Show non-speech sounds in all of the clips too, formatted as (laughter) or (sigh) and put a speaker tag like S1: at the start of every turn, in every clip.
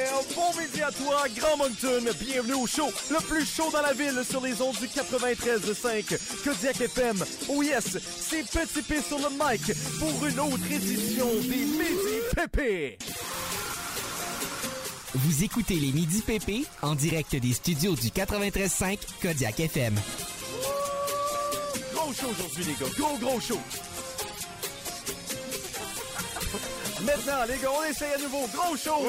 S1: Euh, midi à toi, Grand Moncton. Bienvenue au show, le plus chaud dans la ville sur les ondes du 93.5 Kodiak FM. Oh yes, c'est Petit P sur le mic pour une autre édition des Midi Pépé.
S2: Vous écoutez les Midi PP en direct des studios du 93.5 Kodiak FM.
S1: Gros show aujourd'hui, les gars. Gros, gros show. Maintenant, les gars, on essaye à nouveau. Gros show!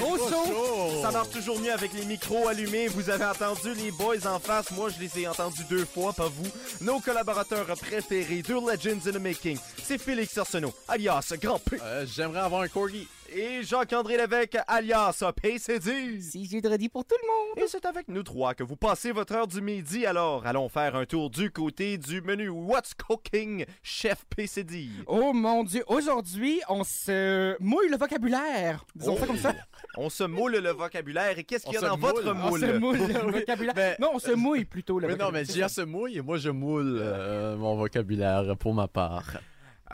S1: gros,
S3: gros
S1: show.
S3: show.
S1: Ça marche toujours mieux avec les micros allumés. Vous avez entendu les boys en face. Moi, je les ai entendus deux fois, pas vous. Nos collaborateurs préférés, deux legends in the making. C'est Félix Arsenault, alias Grand P.
S3: Euh, J'aimerais avoir un corgi.
S1: Et Jacques-André Lévesque, alias PCD.
S2: C'est jeudi pour tout le monde.
S1: Et c'est avec nous trois que vous passez votre heure du midi. Alors, allons faire un tour du côté du menu What's Cooking, chef PCD.
S4: Oh mon dieu, aujourd'hui, on se mouille le vocabulaire. Disons ça comme ça.
S1: On se moule le vocabulaire. Et qu'est-ce qu'il y a
S3: On se
S1: dans votre
S3: Oh, moule.
S4: On
S1: moule?
S4: se mouille
S3: (laughs)
S4: le vocabulaire.
S3: ben,
S4: non, on se mouille plutôt le
S3: Mais non,
S4: vocabulaire.
S3: mais JR se mouille et moi je moule euh, mon vocabulaire pour ma
S4: (laughs)
S3: part.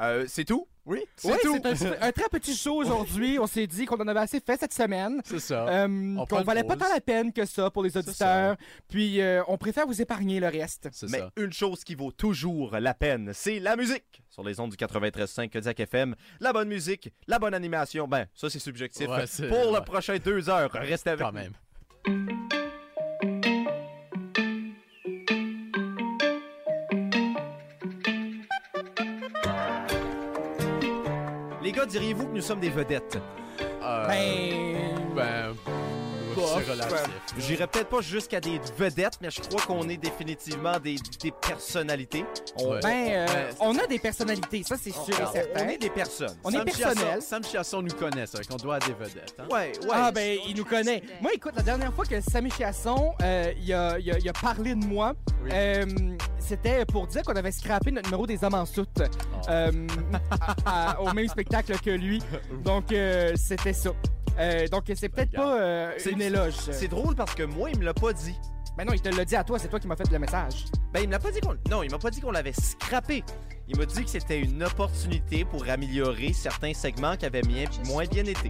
S1: Euh, c'est tout?
S3: Oui, c'est
S4: Oui,
S3: tout.
S4: c'est un, un très petit show aujourd'hui. On s'est dit qu'on en avait assez fait cette semaine.
S3: C'est ça. Ah,
S4: Euh,
S3: prend
S4: qu'on
S3: une
S4: valait pas
S3: pause.
S4: tant la peine que ça pour les auditeurs. Puis euh, on préfère vous épargner le reste.
S3: C'est
S1: Mais
S3: ça.
S1: une chose qui vaut toujours la peine, c'est la musique. Sur les ondes du 93.5 Kodiak FM, la bonne musique, la bonne animation, ben ça c'est subjectif.
S3: Ouais, c'est-
S1: Pour le
S3: ouais.
S1: prochain deux heures, restez avec
S3: Quand
S1: nous.
S3: même.
S1: Les gars, diriez-vous que nous sommes des vedettes
S3: Euh,
S4: Ben,
S3: ben,
S4: bof,
S3: c'est relatif.
S1: J'irais peut-être pas jusqu'à des vedettes, mais je crois qu'on est définitivement des, des personnalités. On,
S3: Ouais.
S4: ben, euh,
S3: ben,
S4: on a des personnalités, ça c'est sûr
S1: on-
S4: et
S1: on-
S4: certain.
S1: on est des personnes.
S4: On est
S3: Sam
S4: Ben, personnel.
S3: Chiasson- Sam Chiasson nous connaît, ça, qu'on doit à des vedettes. hein.
S1: Ouais, ouais.
S4: ah ben, il nous connaît. Moi, écoute, la dernière fois que Samy Chiasson, euh, il, a, il a- il a parlé de moi,
S3: Oui.
S4: euh, c'était pour dire qu'on avait scrappé notre numéro des hommes en soute
S3: Oh.
S4: euh, (laughs) à- à- au même spectacle que lui. Donc, euh, c'était ça. Euh, donc, c'est peut-être
S3: Regarde.
S4: pas euh,
S1: C'est-
S4: une éloge.
S1: C'est drôle parce que moi, il me l'a pas dit.
S4: Ben non, il te l'a dit à toi, c'est toi qui m'as fait le message.
S1: Ben, il m'a pas dit qu'on. Non, il m'a pas dit qu'on l'avait scrappé. Il m'a dit que c'était une opportunité pour améliorer certains segments qui avaient bien- moins bien été.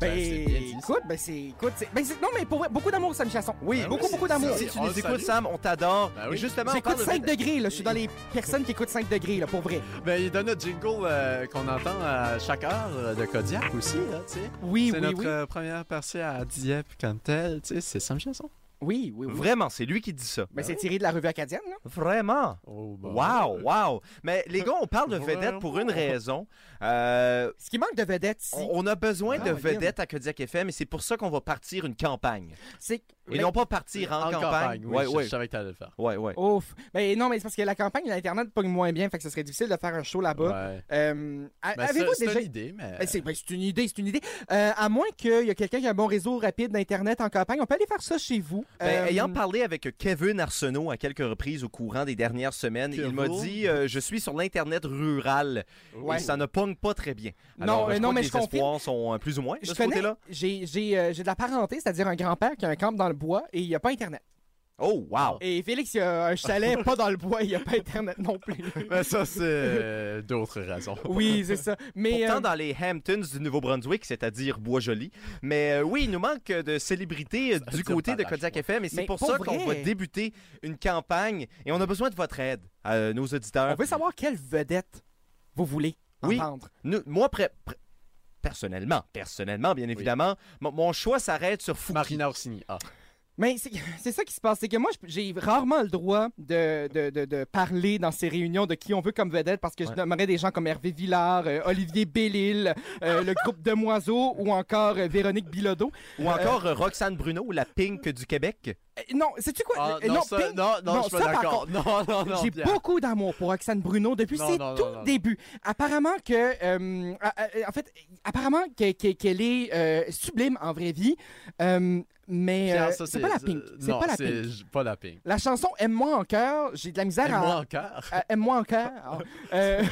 S4: Ben,
S3: Ben, c'est bien dit, ça.
S4: écoute, ben c'est... Écoute, c'est- ben, c'est- non, mais pour vrai, beaucoup d'amour, Samy Chiasson.
S1: Oui,
S3: Ben
S4: beaucoup,
S3: oui,
S4: beaucoup
S3: c'est
S4: d'amour.
S3: ça.
S1: Si tu
S3: On
S1: nous
S3: le
S1: écoutes,
S3: salue.
S1: Sam, on t'adore.
S3: Ben oui.
S1: Et justement, on
S4: J'écoute
S1: parle de-
S4: 5 degrés, là. Je suis dans les personnes qui écoutent 5 degrés, là, pour vrai.
S3: Ben, il donne notre jingle euh, qu'on entend à chaque heure euh, de Kodiak aussi, là, tu sais.
S4: Oui,
S3: c'est
S4: oui,
S3: notre
S4: oui.
S3: euh, première partie à Dieppe, Cantel, tu sais, c'est Sam Chiasson.
S4: Oui,
S3: euh,
S4: oui, oui.
S1: Vraiment, c'est lui qui dit ça.
S4: Ben, c'est tiré de la revue acadienne, là.
S1: Vraiment.
S3: Oh, bon.
S1: Wow, wow. Mais les gars, on parle de
S3: Vraiment.
S1: vedettes pour une raison. Euh,
S4: Ce qui manque de vedettes ici,
S1: on on a besoin de
S4: Ah,
S1: vedettes à Kodiak FM et c'est pour ça qu'on va partir une campagne.
S4: c'est que-
S1: Et non pas partir en,
S3: En campagne, oui,
S1: Ouais,
S3: je,
S1: ouais.
S3: je savais que t'allais le faire.
S1: Ouais, ouais.
S4: Ouf. Ben non, mais c'est parce que la campagne l'Internet pogne moins bien, fait que ce serait difficile de faire un show là-bas.
S3: Ouais.
S4: Euh, a-
S3: Ben,
S4: Ah Avez-vous
S3: c'est- c'est
S4: déjà...
S3: une idée, mais...
S4: Ben, c'est ben, c'est une idée, c'est une idée. Euh, à moins qu'il y ait quelqu'un qui a un bon réseau rapide d'Internet en campagne, on peut aller faire ça chez vous.
S1: Ben,
S4: Euh,
S1: Ayant parlé avec Kevin Arsenault à quelques reprises au courant des dernières semaines, il m'a
S3: Kevin.
S1: dit euh, Je suis sur l'Internet rural
S4: Ouais.
S1: et ça ne pogne pas très bien.
S4: Non,
S1: Alors,
S4: euh,
S1: je
S4: non,
S1: crois
S4: mais
S1: que
S4: je
S1: les
S4: confirme.
S1: espoirs sont euh, plus ou moins de
S4: Je
S1: ce
S4: connais,
S1: côté-là.
S4: j'ai j'ai, euh, j'ai de la parenté, c'est-à-dire un grand-père qui a un camp dans le bois et il n'y a pas Internet.
S1: Oh, wow
S4: Et Félix, il a un
S1: (laughs)
S4: chalet pas dans le bois, il n'y a pas Internet non plus.
S3: Ben, (laughs) ça,
S4: (laughs)
S3: c'est euh, d'autres raisons.
S4: Oui, c'est ça. Mais
S1: Pourtant,
S4: euh,
S1: dans les Hamptons du Nouveau-Brunswick, c'est-à-dire Bois-Joli. Mais euh, oui, il nous manque euh, de célébrités euh,
S3: Ça
S1: du
S3: tire
S1: côté
S3: pas
S1: de
S3: la
S1: Kodiak
S3: cheville.
S1: FM et c'est
S4: Mais
S1: pour
S4: pour
S1: ça qu'on va
S4: vrai.
S1: débuter une campagne et on a besoin de votre aide, euh, nos
S4: on
S1: auditeurs.
S4: veut savoir quelle vedette vous voulez
S1: Oui.
S4: entendre.
S1: Nous- moi, pré- pré- personnellement, personnellement, bien évidemment, mon- mon choix s'arrête sur Fouki.
S3: Marina Orsini. Ah.
S4: Mais c'est (laughs) c'est ça qui se passe, c'est que moi, je- j'ai rarement le droit de, de, de, de parler dans ces réunions de qui on veut comme vedette parce que je
S1: Ouais.
S4: nommerais des gens comme Hervé Villard, euh, Olivier Bellil, euh,
S3: (laughs)
S4: le groupe Demoiseau ou encore euh, Véronique Bilodeau.
S1: Ou encore euh, Roxane Bruno, la pink du Québec.
S4: Euh, non, sais-tu quoi?
S3: Ah,
S4: Euh,
S3: non, ça-
S4: Pink-
S3: non, non, je suis pas
S4: ça, par
S3: d'accord. Non, non, non.
S4: J'ai
S3: Pierre.
S4: beaucoup d'amour pour Roxane Bruno depuis
S3: Non,
S4: ses
S3: non, non,
S4: tout
S3: non, non.
S4: débuts. Apparemment que, euh, a- a- en fait, apparemment que- que- qu'elle est euh, sublime en vraie vie, euh, mais
S3: Pierre,
S4: euh,
S3: ça,
S4: c'est pas la pink. C'est
S3: non,
S4: pas la
S3: c'est
S4: pink.
S3: j- pas la pink.
S4: La chanson Aime-moi encore, j'ai de la misère
S3: Aime-moi
S4: à.
S3: encore.
S4: à-
S3: (laughs)
S4: Aime-moi encore. Euh,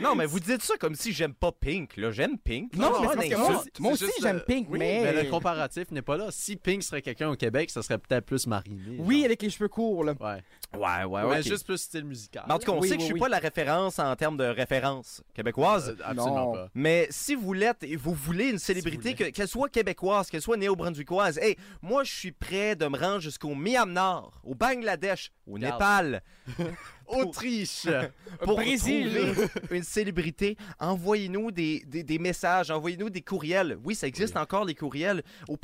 S1: Non, mais vous dites ça comme si j'aime pas Pink, là. J'aime Pink.
S4: Non,
S1: C'est
S4: mais
S1: pas
S4: c'est
S1: une
S4: parce que
S1: insulte.
S4: moi
S3: c'est
S4: aussi,
S3: juste,
S4: j'aime
S3: euh,
S4: Pink,
S3: oui,
S4: mais-
S3: le comparatif n'est pas là. Si Pink serait quelqu'un au Québec, ça serait peut-être plus mariné.
S4: (laughs) oui,
S3: genre.
S4: avec les cheveux courts, là.
S3: Ouais.
S1: Ouais, ouais,
S3: Ouais,
S1: ouais.
S3: juste plus style musical.
S1: Mais en tout cas, on
S4: Oui,
S1: sait que je
S4: oui,
S1: suis
S4: oui.
S1: pas la référence en termes de référence québécoise.
S3: Euh, absolument
S4: Non.
S3: pas.
S1: Mais si vous l'êtes et vous voulez une
S3: vous
S1: célébrité,
S3: l'êtes.
S1: que- qu'elle soit québécoise, qu'elle soit néo-brunswickoise, hey, moi je suis prêt de me rendre jusqu'au Myanmar, au Bangladesh, au
S3: Regarde.
S1: Népal,
S3: Autriche.
S1: pour
S4: Brésil.
S1: trouver (laughs) une célébrité. Envoyez-nous des, des- des messages, envoyez-nous des courriels. Oui, ça existe encore les courriels au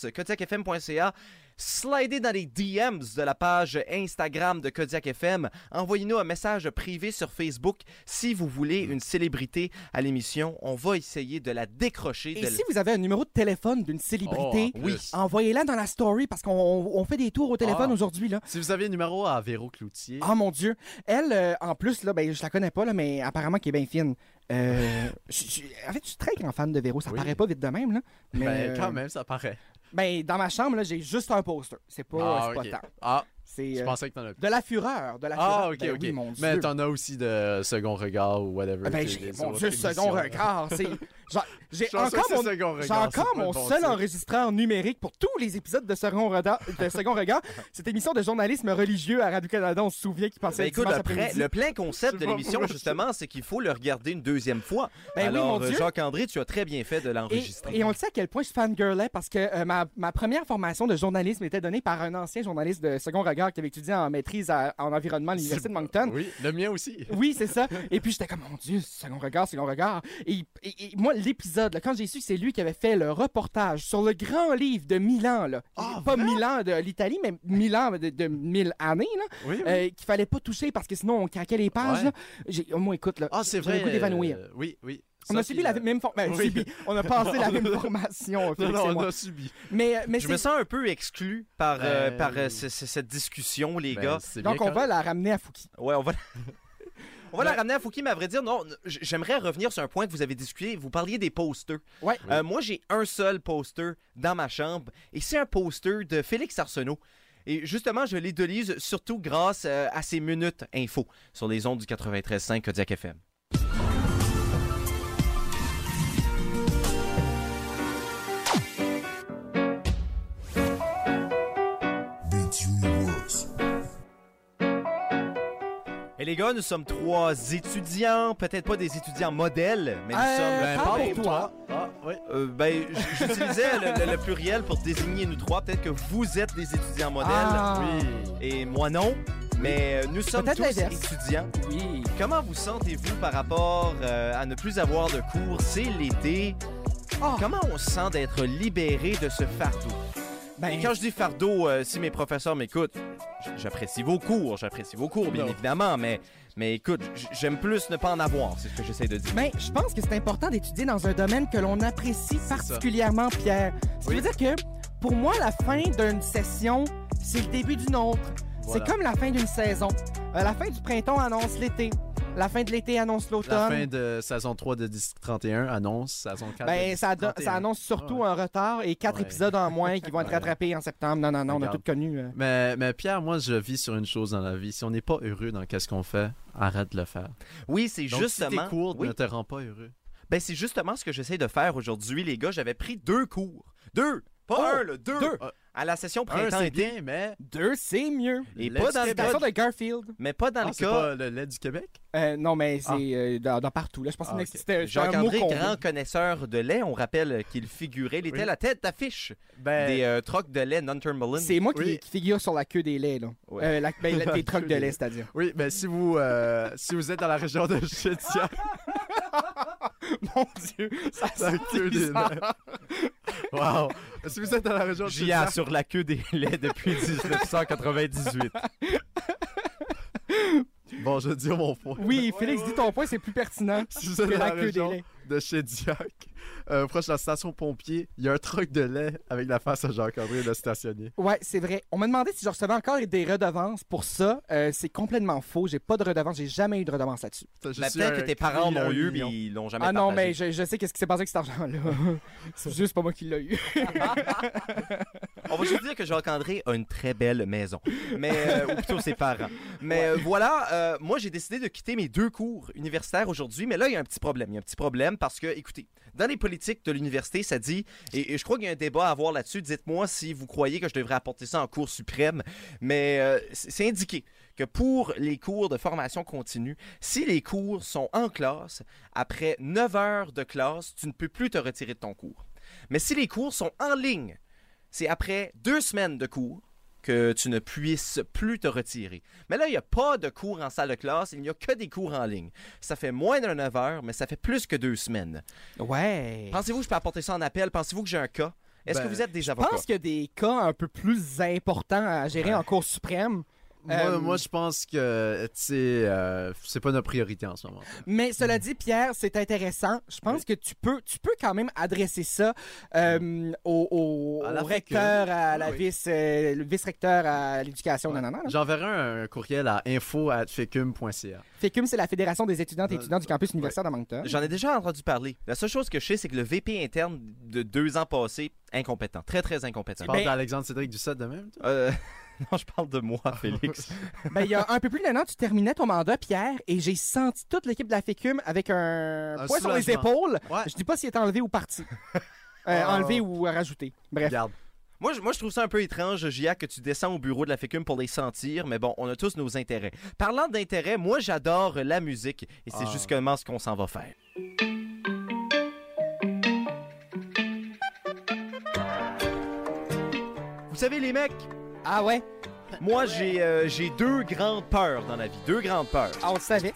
S1: pp@kodiakfm.ca. Slidez dans les DMs de la page Instagram de Kodiak FM. Envoyez-nous un message privé sur Facebook si vous voulez une célébrité à l'émission. On va essayer de la décrocher. de
S4: Et
S1: la-
S4: si vous avez un numéro de téléphone d'une célébrité,
S3: Oh, en plus.
S4: envoyez-la dans la story parce qu'on on fait des tours au téléphone
S3: Ah.
S4: aujourd'hui, là.
S3: (laughs) Si vous avez un numéro à Véro Cloutier,
S4: Ah mon Dieu! Elle, euh, en plus, là, ben, je la connais pas, là, mais apparemment qu'elle est bien fine. Euh, je- je- en fait, je suis très grand fan de Véro. Ça
S3: Oui.
S4: paraît pas vite de même, là. Mais
S3: ben,
S4: euh,
S3: quand même, ça paraît.
S4: ben, dans ma chambre, là, j'ai juste un poster. C'est pas,
S3: ah,
S4: c'est
S3: ok.
S4: pas tant.
S3: ah,
S4: C'est
S3: je
S4: euh,
S3: pensais que t'en as
S4: de la fureur, de la fureur.
S3: Ah, ok,
S4: Ben
S3: ok.
S4: oui, mon
S3: Mais
S4: Dieu.
S3: t'en as aussi de second regard ou whatever.
S4: Ah, ben,
S3: des-
S4: j'ai-
S3: des
S4: mon
S3: autres
S4: Dieu,
S3: émissions.
S4: second regard.
S3: (laughs)
S4: c'est- j'en- J'ai
S3: Chanceux
S4: encore
S3: que c'est
S4: mon,
S3: second regard,
S4: j'ai
S3: c'est
S4: encore
S3: pas
S4: mon
S3: le bon
S4: seul
S3: titre.
S4: enregistreur numérique pour tous les épisodes de Second Regard. De
S3: (laughs)
S4: second regard. Cette émission de journalisme religieux à Radio-Canada, on se souvient qu'il passait
S1: Ben,
S4: le
S1: écoute,
S4: dimanche
S1: le, plein-
S4: après-midi.
S1: le plein concept de l'émission, justement, c'est qu'il faut le regarder une deuxième fois.
S4: Ben oui,
S1: Alors,
S4: mon Dieu.
S1: Jacques-André, tu as très bien fait de
S4: Et,
S1: l'enregistrer.
S4: et on le sait à quel point je fangirlais parce que euh, ma, ma première formation de journalisme était donnée par un ancien journaliste de second regard qui avait étudié en maîtrise à- en environnement à l'Université de Moncton.
S3: Oui, le mien
S4: (laughs)
S3: aussi.
S4: Oui, c'est ça. Et puis j'étais comme, mon Dieu, second regard, second regard. Et, et- et moi, l'épisode, là, quand j'ai su que c'est lui qui avait fait le reportage sur le grand livre de Milan, là.
S3: Ah,
S4: pas Milan de l'Italie, mais Milan de, de mille années, là,
S3: Oui, oui.
S4: euh, qu'il fallait pas toucher parce que sinon on craquait les pages.
S3: Ouais.
S4: là. J'ai, au moins, écoute, là,
S3: Ah, c'est vrai.
S4: j'avais le goût d'évanouir.
S3: euh, oui, oui.
S4: on a
S3: Ça,
S4: subi
S3: puis,
S4: la
S3: euh,
S4: même formation.
S3: oui.
S4: on a passé
S3: (laughs)
S4: la même formation,
S3: Non,
S4: Félix
S3: non,
S4: et
S3: on
S4: moi.
S3: a subi.
S4: Mais, euh, mais
S1: Je
S4: c'est-
S1: me sens un peu exclu par, euh,
S3: Ben-
S1: par euh, ce- ce- cette discussion, les
S3: Ben,
S1: gars.
S3: c'est
S4: Donc,
S3: bien
S4: on va la ramener à Fouki.
S1: Ouais, on va. On va la
S4: Ben-
S1: ramener à Fouki, mais à vrai dire, non, n- j- j'aimerais revenir sur un point que vous avez discuté. Vous parliez des posters.
S4: Ouais.
S1: Euh, moi, j'ai un seul poster dans ma chambre, et c'est un poster de Félix Arsenault. Et justement, je l'idolise surtout grâce euh, à ses minutes info sur les ondes du 93.5 Kodiak FM. Et Eh, les gars, nous sommes trois étudiants, peut-être pas des étudiants modèles, mais nous
S4: Euh,
S1: sommes...
S4: Ben, parle pour toi.
S3: Ah, oui.
S1: Euh, ben, j- j'utilisais le, le- le pluriel pour désigner nous trois. Peut-être que vous êtes des étudiants modèles
S4: Ah.
S3: Oui.
S1: et moi non. Mais euh, nous sommes
S4: Peut-être
S1: tous
S4: l'inverse.
S1: étudiants.
S4: Oui.
S1: Comment vous sentez-vous par rapport euh, à ne plus avoir de cours C'est l'été.
S3: Oh.
S4: Ah.
S1: Comment on se sent d'être libéré de ce fardeau Et
S4: Ben,
S1: quand je dis fardeau, euh, si mes professeurs m'écoutent, j- j'apprécie vos cours, j'apprécie vos cours, bien
S3: Non.
S1: évidemment, mais, mais écoute, j- j'aime plus ne pas en avoir, c'est ce que j'essaie de dire.
S4: Ben, je pense que c'est important d'étudier dans un domaine que l'on apprécie particulièrement, Pierre. Ce qui
S3: Oui.
S4: veut dire que, pour moi, la fin d'une session, c'est le début d'une autre.
S3: Voilà.
S4: C'est comme la fin d'une saison. Euh, la fin du printemps annonce l'été. La fin de l'été annonce
S3: La
S4: l'automne.
S3: fin de saison 3 de District 31 annonce saison 4 de
S4: Ben,
S3: District
S4: ça, do-
S3: 31.
S4: ça annonce surtout
S3: Ah Ouais.
S4: un retard et quatre
S3: Ouais.
S4: épisodes en moins qui
S3: (laughs)
S4: vont être
S3: Ouais.
S4: rattrapés en septembre. Non, non, non, on a
S3: Regarde.
S4: tout connu. euh.
S3: Mais, mais Pierre, moi, je vis sur une chose dans la vie. Si on n'est pas heureux dans qu'est-ce qu'on fait, arrête de le faire.
S1: Oui, c'est
S3: Donc,
S1: justement...
S3: si tes cours
S1: Oui.
S3: ne te rend pas heureux.
S1: Ben, c'est justement ce que j'essaie de faire aujourd'hui, les gars. J'avais pris deux cours. Deux! Pas
S4: Oh,
S1: un, là, deux! Euh,
S4: deux.
S1: À la session
S3: Un,
S1: printemps
S3: c'est
S1: été.
S3: bien, mais...
S4: Deux, c'est mieux.
S1: Et
S3: Let's
S1: pas dans le
S3: get
S1: cas-
S4: Citation de Garfield.
S1: Mais pas dans
S3: Ah,
S1: le
S3: c'est
S1: cas.
S3: pas le lait du Québec?
S4: Euh, non, mais c'est
S3: Ah.
S4: euh, dans, dans partout. Là. Je pense
S3: Ah,
S4: que
S3: ok.
S4: c'était c'était un mot
S1: Jacques-André,
S4: qu'on-
S1: grand connaisseur de lait, on rappelle qu'il figurait, il était
S3: Oui.
S1: la tête d'affiche
S3: Ben,
S1: des euh, trocs de lait non-turmalin.
S4: C'est moi qui,
S3: Oui.
S4: qui figure sur la queue des laits, là.
S1: Ouais.
S4: Euh, la, (laughs) ben, la- des trocs de lait, c'est-à-dire.
S3: (laughs) Oui, mais si vous, euh, si vous êtes dans la région de (laughs) Chetière,
S4: (laughs) Mon Dieu, ça
S3: la queue des Wow. Si vous êtes dans la région de
S1: J'y
S3: Chetière,
S1: sur la queue des (laughs) laits depuis
S4: (laughs)
S1: 1998.
S3: bon, je dis mon point.
S4: Oui, Félix, dis ton point, c'est plus pertinent.
S3: Si vous êtes
S4: que
S3: dans la
S4: la queue des
S3: région
S4: laits.
S3: de chez Dioc, euh, proche de la station pompier, il y a un truc de lait avec la face à Jacques-André, le stationnier.
S4: Ouais, c'est vrai. On m'a demandé si je recevais encore des redevances pour ça. Euh, c'est complètement faux. J'ai pas de redevances. J'ai jamais eu de redevance là-dessus.
S3: T'as juste
S1: Mais
S3: eu
S1: peut-être
S3: un
S1: que tes parents
S3: cri,
S1: l'ont
S3: un
S1: eu, mais
S3: million.
S1: ils l'ont jamais
S4: Ah non, mais
S1: partagé.
S4: je, je sais qu'est-ce qui s'est passé avec cet (laughs) argent-là. c'est juste pas moi qui l'ai eu.
S1: On va juste dire que Jacques-André a une très belle maison. Mais, euh, ou plutôt ses parents. Mais euh, voilà, euh, moi, j'ai décidé de quitter mes deux cours universitaires aujourd'hui. Mais là, il y a un petit problème. Il y a un petit problème parce que, écoutez, dans les politiques de l'université, ça dit, et, et je crois qu'il y a un débat à avoir là-dessus, dites-moi si vous croyez que je devrais apporter ça en cours suprême. Mais euh, c'est c'est indiqué que pour les cours de formation continue, si les cours sont en classe, après 9 heures de classe, tu ne peux plus te retirer de ton cours. Mais si les cours sont en ligne, c'est après deux semaines de cours que tu ne puisses plus te retirer. Mais là, il n'y a pas de cours en salle de classe, il n'y a que des cours en ligne. Ça fait moins de 9 heures, mais ça fait plus que deux semaines.
S4: Ouais.
S1: Pensez-vous que je peux apporter ça en appel? Pensez-vous que j'ai un cas? Est-ce que
S3: Ben,
S1: vous êtes des
S4: Je
S1: avocats?
S4: pense qu'il y a des cas un peu plus importants à gérer en Cour suprême.
S3: Moi,
S4: Euh,
S3: moi, je pense que, tu sais, euh, c'est pas notre priorité en ce moment.
S4: Mais cela dit, Pierre, c'est intéressant. Je pense que tu peux, tu peux quand même adresser ça euh, au, au-
S3: À la Ah
S4: au recteur, à la
S3: Oui.
S4: vice, euh, le vice-recteur à l'éducation. Non, non, non, non.
S3: J'enverrai un, un courriel à
S1: Ah.
S3: info.fecum.ca.
S4: FECUM, c'est la Fédération des étudiantes et
S3: Euh,
S4: étudiants du campus universitaire de Moncton.
S1: J'en ai déjà entendu parler. La seule chose que je sais, c'est que le VP interne de deux ans passés, incompétent. Très, très incompétent.
S3: Tu parles
S4: Ben-
S3: d'Alexandre Cédric Dussette de même, toi?
S1: Euh, (laughs) non, je parle de
S4: (laughs)
S1: moi, Félix.
S4: Ben, il y a un peu plus d'un an, tu terminais ton mandat, Pierre, et j'ai senti toute l'équipe de la FECUM avec un,
S3: Un
S4: poids sur les
S3: soulagement.
S4: épaules.
S3: (laughs) Ouais.
S4: Je dis pas s'il est enlevé
S3: (laughs)
S4: ou parti. Euh,
S3: Oh.
S4: Enlevé ou rajouté. Bref.
S3: Regarde.
S1: moi, je, moi, je trouve ça un peu étrange, Gia, que tu descends au bureau de la FECUM pour les sentir, mais bon, on a tous nos intérêts. Parlant d'intérêts, moi, j'adore la musique, et c'est
S3: Ah.
S1: justement ce qu'on s'en va faire. Vous savez, les mecs,
S4: Ah ouais,
S1: moi, j'ai euh, j'ai deux grandes peurs dans la vie. Deux grandes peurs.
S4: Ah, on le savait.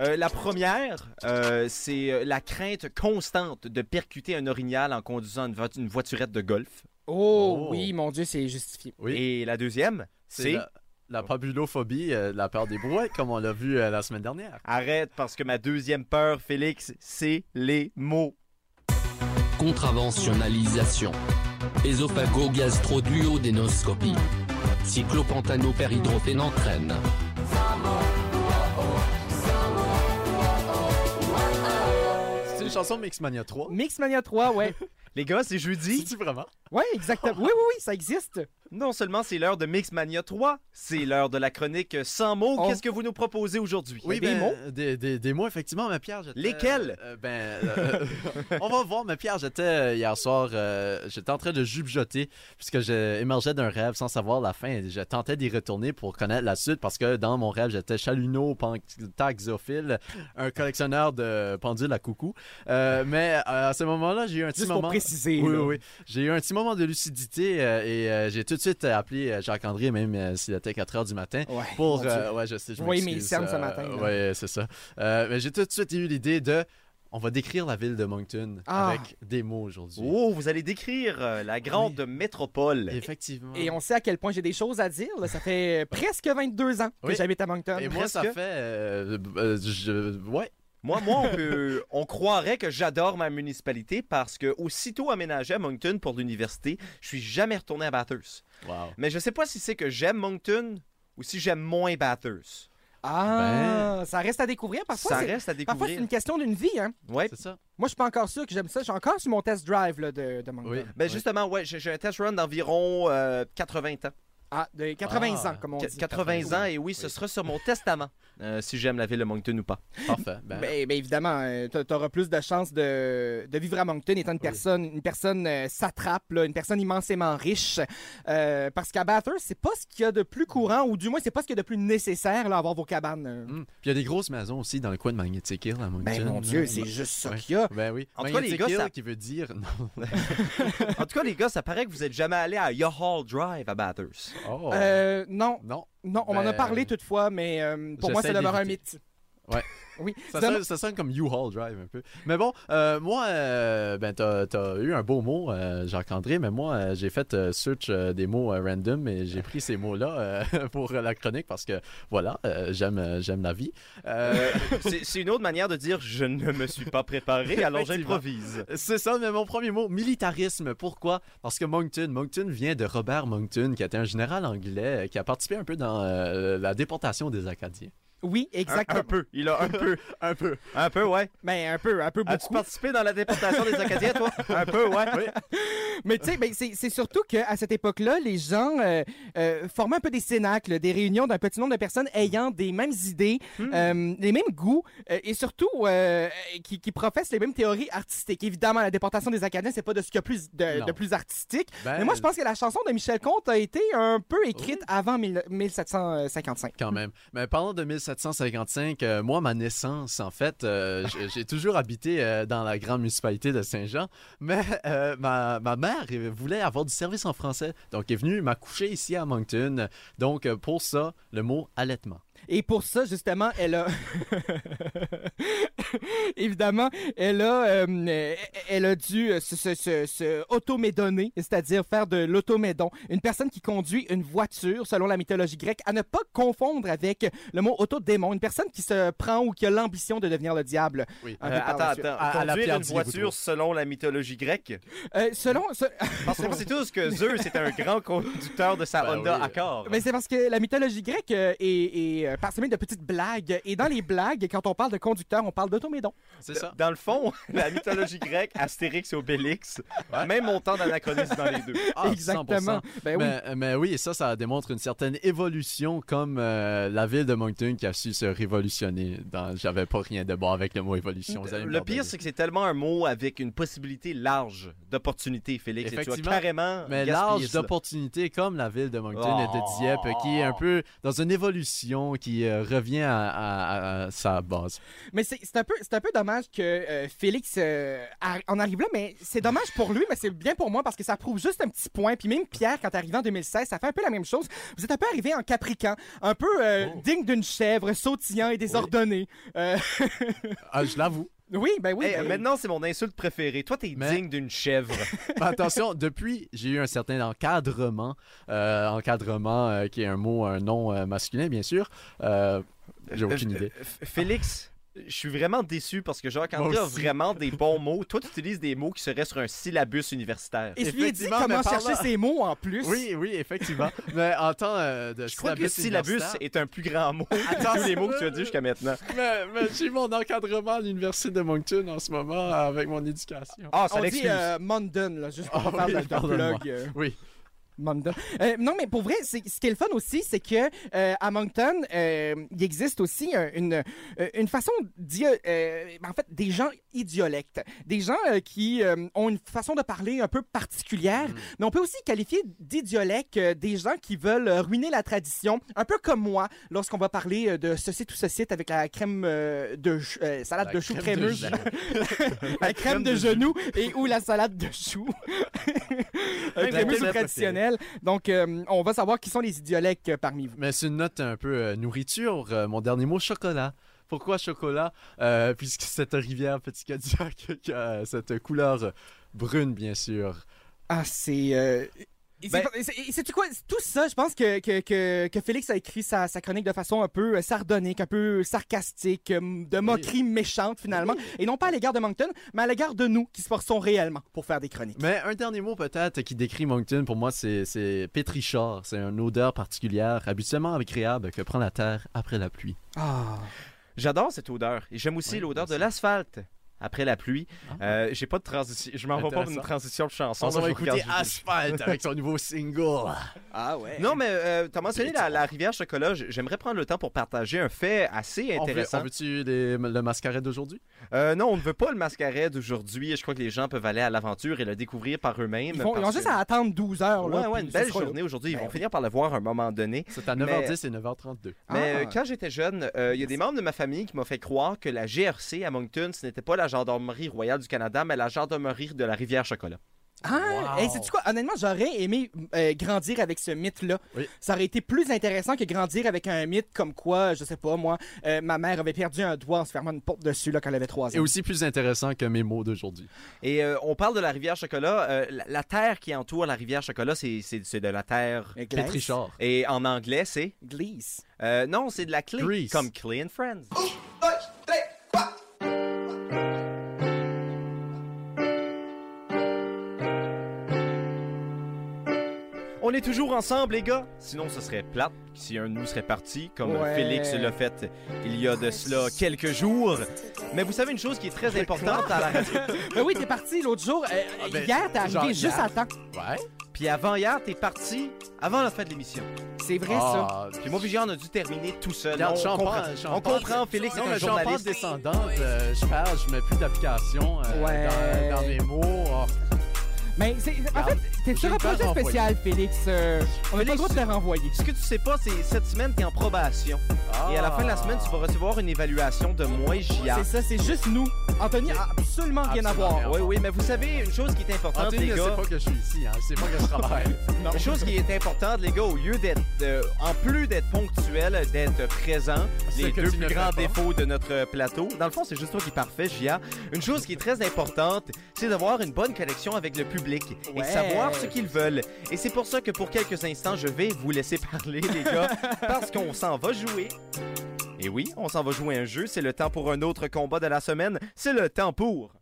S1: Euh, la première, euh, c'est euh, la crainte constante de percuter un orignal en conduisant une, vo- une voiturette de golf.
S4: Oh,
S3: Oh.
S4: oui, mon Dieu, c'est justifié.
S3: Oui.
S1: Et la deuxième,
S3: C'est
S1: c'est...
S3: la, la pabulophobie, euh, la peur des brouettes, comme on l'a vu euh, la semaine dernière.
S1: Arrête, parce que ma deuxième peur, Félix, c'est les mots.
S5: Contraventionnalisation. Ésophago-gastro-duodénoscopie. Cyclopantanopéridrophénantraine.
S3: C'est une chanson de Mixmania 3.
S4: Mixmania 3, ouais.
S1: Les gars, c'est jeudi.
S3: C'est-tu vraiment?
S4: Ouais, exactement. Oui, oui, oui, ça existe.
S1: Non seulement c'est l'heure de Mixmania 3, c'est l'heure de la chronique sans mots.
S4: Oh.
S1: Qu'est-ce que vous nous proposez aujourd'hui?
S3: Oui,
S4: Des
S3: ben,
S4: mots?
S3: Des, des- des mots, effectivement, ma Pierre. j'étais-
S1: Lesquels?
S3: Euh, ben, euh, (laughs) on va voir, ma Pierre, j'étais euh, hier soir, euh, j'étais en train de jubiloter puisque j'émergeais d'un rêve sans savoir la fin. et Je tentais d'y retourner pour connaître la suite parce que dans mon rêve, j'étais Chaluno Taxophile, un collectionneur de pendules à coucou. Euh, mais euh, à ce moment-là, j'ai eu un petit
S4: Juste
S3: moment.
S4: pour préciser.
S3: Oui,
S4: là.
S3: oui, oui. J'ai eu un petit moment de lucidité euh, et euh, j'ai tout de suite euh, appelé euh, Jacques-André, même euh, s'il était 4 heures du matin,
S4: Ouais, mon
S3: pour.
S4: Dieu.
S3: euh, ouais, je sais, je
S4: Oui, mais
S3: m'excuse,
S4: il cerne ce
S3: euh,
S4: matin, là.
S3: ouais, c'est ça. Euh, mais j'ai tout de suite eu l'idée de. On va décrire la ville de Moncton
S4: Ah.
S3: avec des mots aujourd'hui.
S1: Oh, vous allez décrire euh, la grande métropole.
S3: Effectivement.
S4: Et on sait à quel point j'ai des choses à dire. là. Ça fait presque 22 ans que
S3: Oui.
S4: j'habite à Moncton.
S3: Et moi, ça
S1: presque.
S3: fait. euh, euh, je- ouais.
S1: Moi, moi, on, peut- (laughs) on croirait que j'adore ma municipalité parce que aussitôt aménagé à Moncton pour l'université, je suis jamais retourné à Bathurst.
S3: Wow.
S1: Mais je sais pas si c'est que j'aime Moncton ou si j'aime moins Bathurst.
S4: Ah,
S3: ben,
S4: ça reste à découvrir. Parfois,
S1: Ça
S4: c'est-
S1: reste à
S4: parfois, c'est
S1: découvrir.
S4: une question d'une vie. Hein.
S1: Ouais.
S3: C'est ça.
S4: Moi, je suis pas encore sûr que j'aime ça. Je suis encore sur mon test drive là, de, de Moncton.
S3: Oui.
S1: Ben
S3: Oui.
S1: justement, ouais, j'ai j'ai un test run d'environ euh, 80 ans.
S4: Ah, de 80
S3: Ah,
S4: ans, comme on
S1: Qu-
S4: dit.
S1: 80 ans, et oui, ce sera sur mon testament, (laughs) euh, si j'aime la ville de Moncton ou pas.
S3: Parfait. Ben,
S4: Ben, ben, évidemment, tu auras plus de chances de, de vivre à Moncton étant une personne, une personne euh, satrape, là, une personne immensément riche. Euh, parce qu'à Bathurst, c'est pas ce qu'il y a de plus courant, ou du moins, c'est pas ce qu'il y a de plus nécessaire là, à avoir vos cabanes. euh.
S3: hmm. Puis il y a des grosses maisons aussi dans le coin de Magnetic Hill à Moncton.
S4: Ben mon Dieu,
S3: là.
S4: c'est juste ça
S3: Ouais.
S4: qu'il y a.
S3: Ben oui.
S1: En tout cas, les
S3: Magnetic
S1: gars,
S3: Hill
S1: ça-
S3: qui veut dire. (laughs) Non.
S1: En tout cas, les gars, ça paraît que vous êtes jamais allé à Yohall Drive à Bathurst.
S3: Oh.
S4: Euh, non,
S3: Non.
S4: non, on m'en a
S3: Ben,
S4: parlé toutefois, mais euh, pour moi, ça
S3: j'essaie
S4: demeure un
S3: d'éviter.
S4: mythe. Oui.
S3: Ça,
S4: Zama-
S3: sonne, ça sonne comme U-Haul Drive un peu. Mais bon, euh, moi, euh, ben, t'as, t'as eu un beau mot, euh, Jacques-André, mais moi, euh, j'ai fait euh, search euh, des mots euh, random et j'ai pris ces mots-là euh, (laughs) pour euh, la chronique parce que, voilà, euh, j'aime, euh, j'aime la vie. Euh,
S1: (laughs) C'est c'est une autre manière de dire je ne me suis pas préparé, alors j'improvise.
S3: c'est ça, mais mon premier mot, militarisme. Pourquoi? Parce que Moncton, Moncton vient de Robert Moncton, qui était un général anglais euh, qui a participé un peu dans euh, la déportation des Acadiens. (laughs)
S4: Oui,
S1: Un, un
S4: exactement.
S1: peu, il a un peu,
S3: Un (laughs) peu.
S1: un peu, ouais.
S4: Mais un peu, un peu
S3: Ah,
S1: As-tu
S4: beaucoup.
S1: participé dans la déportation des Acadiens, toi? Un peu, ouais.
S4: Mais tu sais, ben, c'est c'est surtout qu'à cette époque-là, les gens euh, euh, formaient un peu des cénacles, des réunions d'un petit nombre de personnes ayant des mêmes idées, euh, les mêmes goûts euh, et surtout euh, qui, qui professent les mêmes théories artistiques. Évidemment, la déportation des Acadiens, c'est pas de ce qu'il y a plus de,
S3: Non.
S4: de plus artistique.
S3: Ben,
S4: Mais moi, je pense que la chanson de Michel Comte a été un peu écrite avant mille- 1755.
S3: quand même. Mais parlons de 1755, euh, moi, ma naissance, en fait, euh, j- j'ai toujours habité euh, dans la grande municipalité de Saint-Jean, mais euh, ma, ma mère euh, voulait avoir du service en français, donc est venue m'accoucher ici à Moncton. Donc, euh, pour ça, le mot allaitement.
S4: Et pour ça, justement, elle a... (laughs) Évidemment, elle a, euh, elle a dû euh, se, se, se, se automédonner, c'est-à-dire faire de l'automédon. Une personne qui conduit une voiture, selon la mythologie grecque, à ne pas confondre avec le mot autodémon. Une personne qui se prend ou qui a l'ambition de devenir le diable.
S3: Oui.
S4: Un peu
S1: Euh,
S4: par
S1: attends,
S4: la suite.
S1: attends.
S3: À- à la
S1: Conduire
S3: Pierre
S1: une
S3: Dié,
S1: voiture
S3: plutôt.
S1: selon la mythologie grecque.
S4: Euh, selon... ce-
S1: Parce qu'on sait tous que Zeus était un grand conducteur de sa
S3: Ben
S1: Honda
S3: oui.
S1: Accord.
S4: Mais c'est parce que la mythologie grecque euh, est, est euh, parsemée de petites blagues. Et dans les blagues, quand on parle de conducteur, on parle d'automédon.
S3: C'est ça.
S1: Dans le fond, (laughs) la mythologie grecque, Astérix et Obélix, même montant d'anachronisme dans les deux.
S3: Ah, 100%.
S4: Exactement. Ben oui.
S3: Mais, mais oui, ça, ça démontre une certaine évolution, comme euh, la ville de Moncton qui a su se révolutionner. Dans... J'avais pas rien de bon avec le mot évolution. vous allez me
S1: Le pire,
S3: pardonner.
S1: c'est que c'est tellement un mot avec une possibilité large d'opportunité, Félix. Et tu as (laughs)
S3: Effectivement.
S1: carrément.
S3: Mais
S1: gaspillé
S3: l'âge
S1: ça.
S3: d'opportunité, comme la ville de Moncton et
S1: Oh.
S3: de Dieppe, qui est un peu dans une évolution qui euh, revient à, à- à sa base.
S4: Mais c'est c'est un, peu- c'est un peu dommage que euh, Félix euh, arri- en arrive là, mais c'est dommage pour lui, mais c'est bien pour moi parce que ça prouve juste un petit point. Puis même Pierre, quand arrivé en 2016, ça fait un peu la même chose. Vous êtes un peu arrivé en caprican, un peu euh,
S3: Oh.
S4: digne d'une chèvre, sautillant et désordonné. Euh,
S3: Ah, je l'avoue.
S4: oui, ben oui.
S3: Eh,
S1: Hey,
S4: ben-
S1: Eh, Maintenant, c'est mon insulte préférée. Toi, t'es
S3: Mais-
S1: digne d'une chèvre.
S3: Mais attention, depuis, j'ai eu un certain encadrement. euh, encadrement euh, qui est un mot, un nom euh, masculin, bien sûr. Euh, (laughs) j'ai aucune
S1: Euh,
S3: idée.
S1: euh, F- Félix, je suis vraiment déçu parce que Jacques-André
S3: Moi
S1: a
S3: aussi.
S1: vraiment des bons mots. Toi, tu utilises des mots qui seraient sur un syllabus universitaire.
S4: Et je lui ai dit
S3: effectivement,
S4: comment
S3: mais par
S4: chercher
S3: là-
S4: ses mots en plus.
S3: Oui, oui, effectivement. Mais en temps euh, de
S1: Je crois que le syllabus
S3: universitaire-
S1: est un plus grand mot que tous les mots que tu as dit jusqu'à maintenant.
S3: Mais, mais j'ai mon encadrement à l'université de Moncton en ce moment avec mon éducation.
S1: Ah, ça
S4: On dit
S1: l'excuse.
S4: euh, Mondon, là, juste pour
S3: Ah
S4: faire
S3: oui,
S4: le- le
S3: pardonne-moi.
S4: plug. euh.
S3: Oui.
S4: Moncton. Euh, non, mais pour vrai, c'est- ce qui est le fun aussi, c'est que euh, à Moncton, euh, il existe aussi un- une, euh, une façon d'y- euh, en fait, des gens idiolectes, des gens euh, qui euh, ont une façon de parler un peu particulière,
S3: Mm.
S4: mais on peut aussi qualifier d'idiolectes euh, des gens qui veulent euh, ruiner la tradition, un peu comme moi, lorsqu'on va parler euh, de ceci tout ceci avec la crème euh, de ch- euh, salade
S3: La
S4: de chou
S3: crème de
S4: crémeuse,
S3: chou.
S4: (laughs) la crème de genou et ou la salade de chou.
S1: Crème
S4: crémeuse
S1: de chou.
S4: traditionnelle. Donc, euh, on va savoir qui sont les idiolectes euh, parmi vous.
S3: Mais c'est une note un peu euh, nourriture. Euh, mon dernier mot, chocolat. Pourquoi chocolat Euh, Puisque (laughs) cette rivière Petit Cadillac (laughs) qui a cette couleur brune, bien sûr.
S4: Ah, c'est. euh, et c'est-
S1: Ben-
S4: et c'est- et Sais-tu quoi? C'est Tout ça, je pense que, que, que, que Félix a écrit sa, sa chronique de façon un peu euh, sardonique, un peu sarcastique, euh, de moquerie méchante finalement, et non pas à l'égard de Moncton, mais à l'égard de nous qui se forçons réellement pour faire des chroniques.
S3: Mais un dernier mot peut-être qui décrit Moncton, pour moi, c'est- c'est pétrichard. C'est une odeur particulière, habituellement agréable, que prend la terre après la pluie.
S4: Ah.
S1: J'adore cette odeur. Et j'aime aussi
S3: Oui,
S1: l'odeur de
S3: merci.
S1: l'asphalte après la pluie.
S3: Ah.
S1: Euh, J'ai pas de transition. Je m'en vais pas pour une
S3: Intéressant.
S1: transition de chanson.
S3: On
S1: Là,
S3: va
S1: je
S3: écouter
S1: regarde-
S3: Asphalt avec son nouveau single.
S4: Ah ouais.
S1: Non, mais euh, t'as mentionné la, la rivière chocolat. J- J'aimerais prendre le temps pour partager un fait assez
S3: On veut-
S1: intéressant.
S3: On veut-tu les- le mascaret d'aujourd'hui
S1: Euh, non, on ne veut pas le mascarade aujourd'hui. Je crois que les gens peuvent aller à l'aventure et le découvrir par eux-mêmes.
S4: Ils, font, ils ont
S1: parce
S4: juste
S1: que-
S4: à attendre 12 heures.
S1: Ouais,
S4: là,
S1: ouais,
S4: puis
S1: une
S4: ce
S1: belle
S4: sera là.
S1: journée aujourd'hui. Ils
S4: Ben
S1: vont
S4: oui.
S1: finir par le voir à un moment donné.
S3: C'est à
S1: Mais-
S3: 9h10 et 9h32.
S1: Mais
S4: Ah.
S1: euh, quand j'étais jeune, euh, il y a des membres de ma famille qui m'ont fait croire que la GRC à Moncton, ce n'était pas la gendarmerie royale du Canada, mais la gendarmerie de la rivière Chocolat.
S4: Ah,
S3: Wow.
S4: et sais-tu quoi? Honnêtement, j'aurais aimé euh, grandir avec ce mythe-là.
S3: Oui.
S4: Ça aurait été plus intéressant que grandir avec un mythe comme quoi, je sais pas, moi, euh, ma mère avait perdu un doigt en se fermant une porte dessus là, quand elle avait 3
S3: Et
S4: ans.
S3: aussi plus intéressant que mes mots d'aujourd'hui.
S1: Et euh, on parle de la rivière Chocolat. euh, la, la terre qui entoure la rivière Chocolat, c'est- c'est c'est de la terre.
S4: Et Euh, glace.
S3: Pétrichard.
S1: Et en anglais, c'est.
S4: Glisse.
S1: euh, non, c'est de la clé.
S3: Grease.
S1: Comme Clay and Friends. On est toujours ensemble, les gars. Sinon, ce serait plate si un de nous serait parti, comme
S4: Ouais.
S1: Félix l'a fait il y a de cela quelques jours. Mais vous savez une chose qui est très importante à la radio.
S4: Ben oui, t'es parti l'autre jour. Euh,
S3: Ah, ben,
S4: hier, t'es
S3: genre
S4: arrivé juste
S3: hier.
S4: à temps.
S3: Ouais.
S1: Puis avant hier, t'es parti avant la fin de l'émission.
S4: C'est vrai, ça.
S3: Ah,
S1: Puis moi, puis Jean, on a dû terminer tout seul.
S3: Regarde,
S1: on,
S3: j'en
S1: comprend,
S3: parle, j'en
S1: on
S3: parle.
S1: comprend, Félix est
S3: Non,
S1: un
S3: mais j'en pense
S1: journaliste.
S3: descendante. euh, je parle, je mets plus d'application euh,
S4: Ouais.
S3: dans, dans mes mots. Oh,
S4: Mais c'est- en fait,
S3: Regarde,
S4: t'es
S3: j'ai
S4: sur un
S3: eu peur
S4: projet
S3: d'envoyer.
S4: spécial, Félix. Euh, on n'a pas le droit de te renvoyer.
S1: Ce que tu sais pas, c'est cette semaine, t'es en probation.
S3: Ah.
S1: Et à la fin de la semaine, tu vas recevoir une évaluation de moi et JA.
S4: C'est ça, c'est juste nous. Anthony a absolument rien à
S3: Absolument rien.
S4: voir.
S1: Oui, oui, mais vous savez, une chose qui est importante,
S3: Ah, Anthony
S1: les
S3: ne sait
S1: gars.
S3: pas que je suis ici, hein. C'est pas que
S1: (laughs)
S3: je travaille.
S1: Une chose qui est importante, les gars, au lieu d'être, euh, en plus d'être ponctuel, d'être présent, les
S3: Ce Ah, que
S1: deux
S3: tu ne
S1: plus
S3: fais
S1: grands
S3: pas.
S1: défauts de notre plateau. Dans le fond, c'est juste toi qui es parfait, Gia. Une chose qui est très importante, c'est d'avoir une bonne connexion avec le public et
S4: Ouais.
S1: savoir ce qu'ils veulent. Et c'est pour ça que pour quelques instants, je vais vous laisser (laughs) parler, les gars, parce qu'on s'en va jouer. Et oui, on s'en va jouer un jeu. C'est le temps pour un autre combat de la semaine. C'est le temps pour.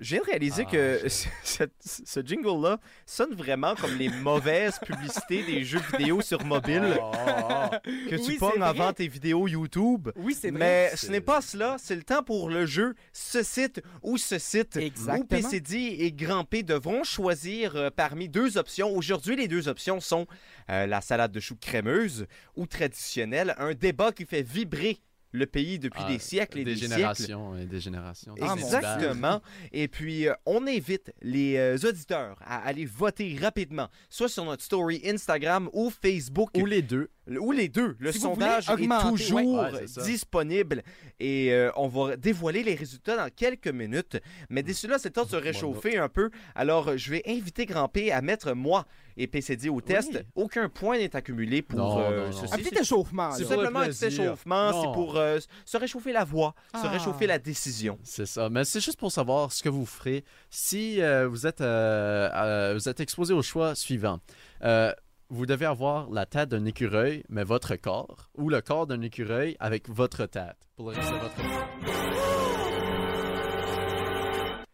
S1: J'ai
S3: Ah,
S1: réalisé que (laughs) ce, cette- ce jingle-là sonne vraiment comme
S3: (laughs)
S1: les mauvaises publicités des jeux vidéo sur mobile
S3: Oh, oh, oh.
S1: que tu
S4: Oui,
S1: pognes
S4: c'est
S1: avant
S4: vrai.
S1: tes vidéos YouTube.
S4: Oui, c'est vrai.
S1: Mais
S3: C'est-
S1: ce n'est pas cela, c'est le temps pour le jeu ce site ou ce site. Où
S4: Exactement.
S1: PCD et Grand P devront choisir euh, parmi deux options. Aujourd'hui, les deux options sont euh, la salade de choux crémeuse ou traditionnelle, un débat qui fait vibrer le pays depuis
S3: Ah,
S1: des siècles et des,
S3: des
S1: siècles.
S3: générations et des générations.
S4: Ah, mon Dieu.
S1: Exactement. Et puis, euh, on invite les euh, auditeurs à aller voter rapidement, soit sur notre story Instagram ou Facebook,
S3: Ou les deux.
S1: le- ou les deux. Le
S4: Si vous
S1: sondage est
S4: voulez augmenter,
S1: toujours
S3: ouais. Ouais, c'est ça.
S1: disponible et euh, on va dévoiler les résultats dans quelques minutes. Mais d'ici là, c'est le temps de se
S3: Voilà.
S1: réchauffer un peu. Alors, euh, je vais inviter Grand P à mettre moi et PCD au test.
S3: Oui.
S1: Aucun point n'est accumulé pour
S3: Non,
S1: euh,
S3: non, non.
S4: Un
S1: ceci.
S4: petit échauffement.
S1: C'est
S4: là.
S3: pour le
S1: simplement un petit
S3: plaisir.
S1: échauffement,
S3: Non.
S1: c'est pour euh, se réchauffer la voix, se
S4: Ah.
S1: réchauffer la décision.
S3: C'est ça. Mais c'est juste pour savoir ce que vous ferez si euh, vous êtes euh, euh, vous êtes exposé au choix suivant. Euh, vous devez avoir la tête d'un écureuil, mais votre corps, ou le corps d'un écureuil avec votre tête. Pour le reste de votre vie.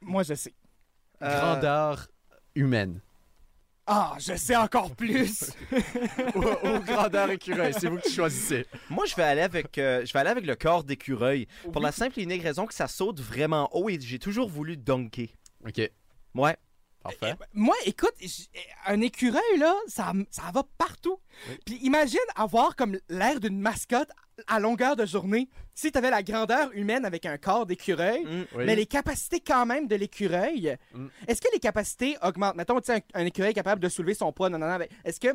S4: Moi, je sais.
S1: Euh,
S3: grandeur (laughs) humaine.
S4: Ah, je sais encore
S3: (laughs)
S4: plus.
S3: ou, ou grandeur écureuil, c'est vous qui choisissez.
S1: Moi, je vais aller avec, euh, je vais aller avec le corps d'écureuil pour
S4: Oui.
S1: la simple et unique raison que ça saute vraiment haut et j'ai toujours voulu dunker.
S3: OK,
S1: Ouais.
S3: parfait.
S4: Moi, écoute, j- euh, un écureuil, là, ça, ça va partout. Puis imagine avoir comme l'air d'une mascotte à longueur de journée. Si t'avais la grandeur humaine avec un corps d'écureuil,
S1: Mm.
S3: Oui.
S4: mais les capacités quand même de l'écureuil,
S3: Mm.
S4: est-ce que les capacités augmentent? Mettons, tu sais, un, un écureuil capable de soulever son poids, non, non, non, mais est-ce que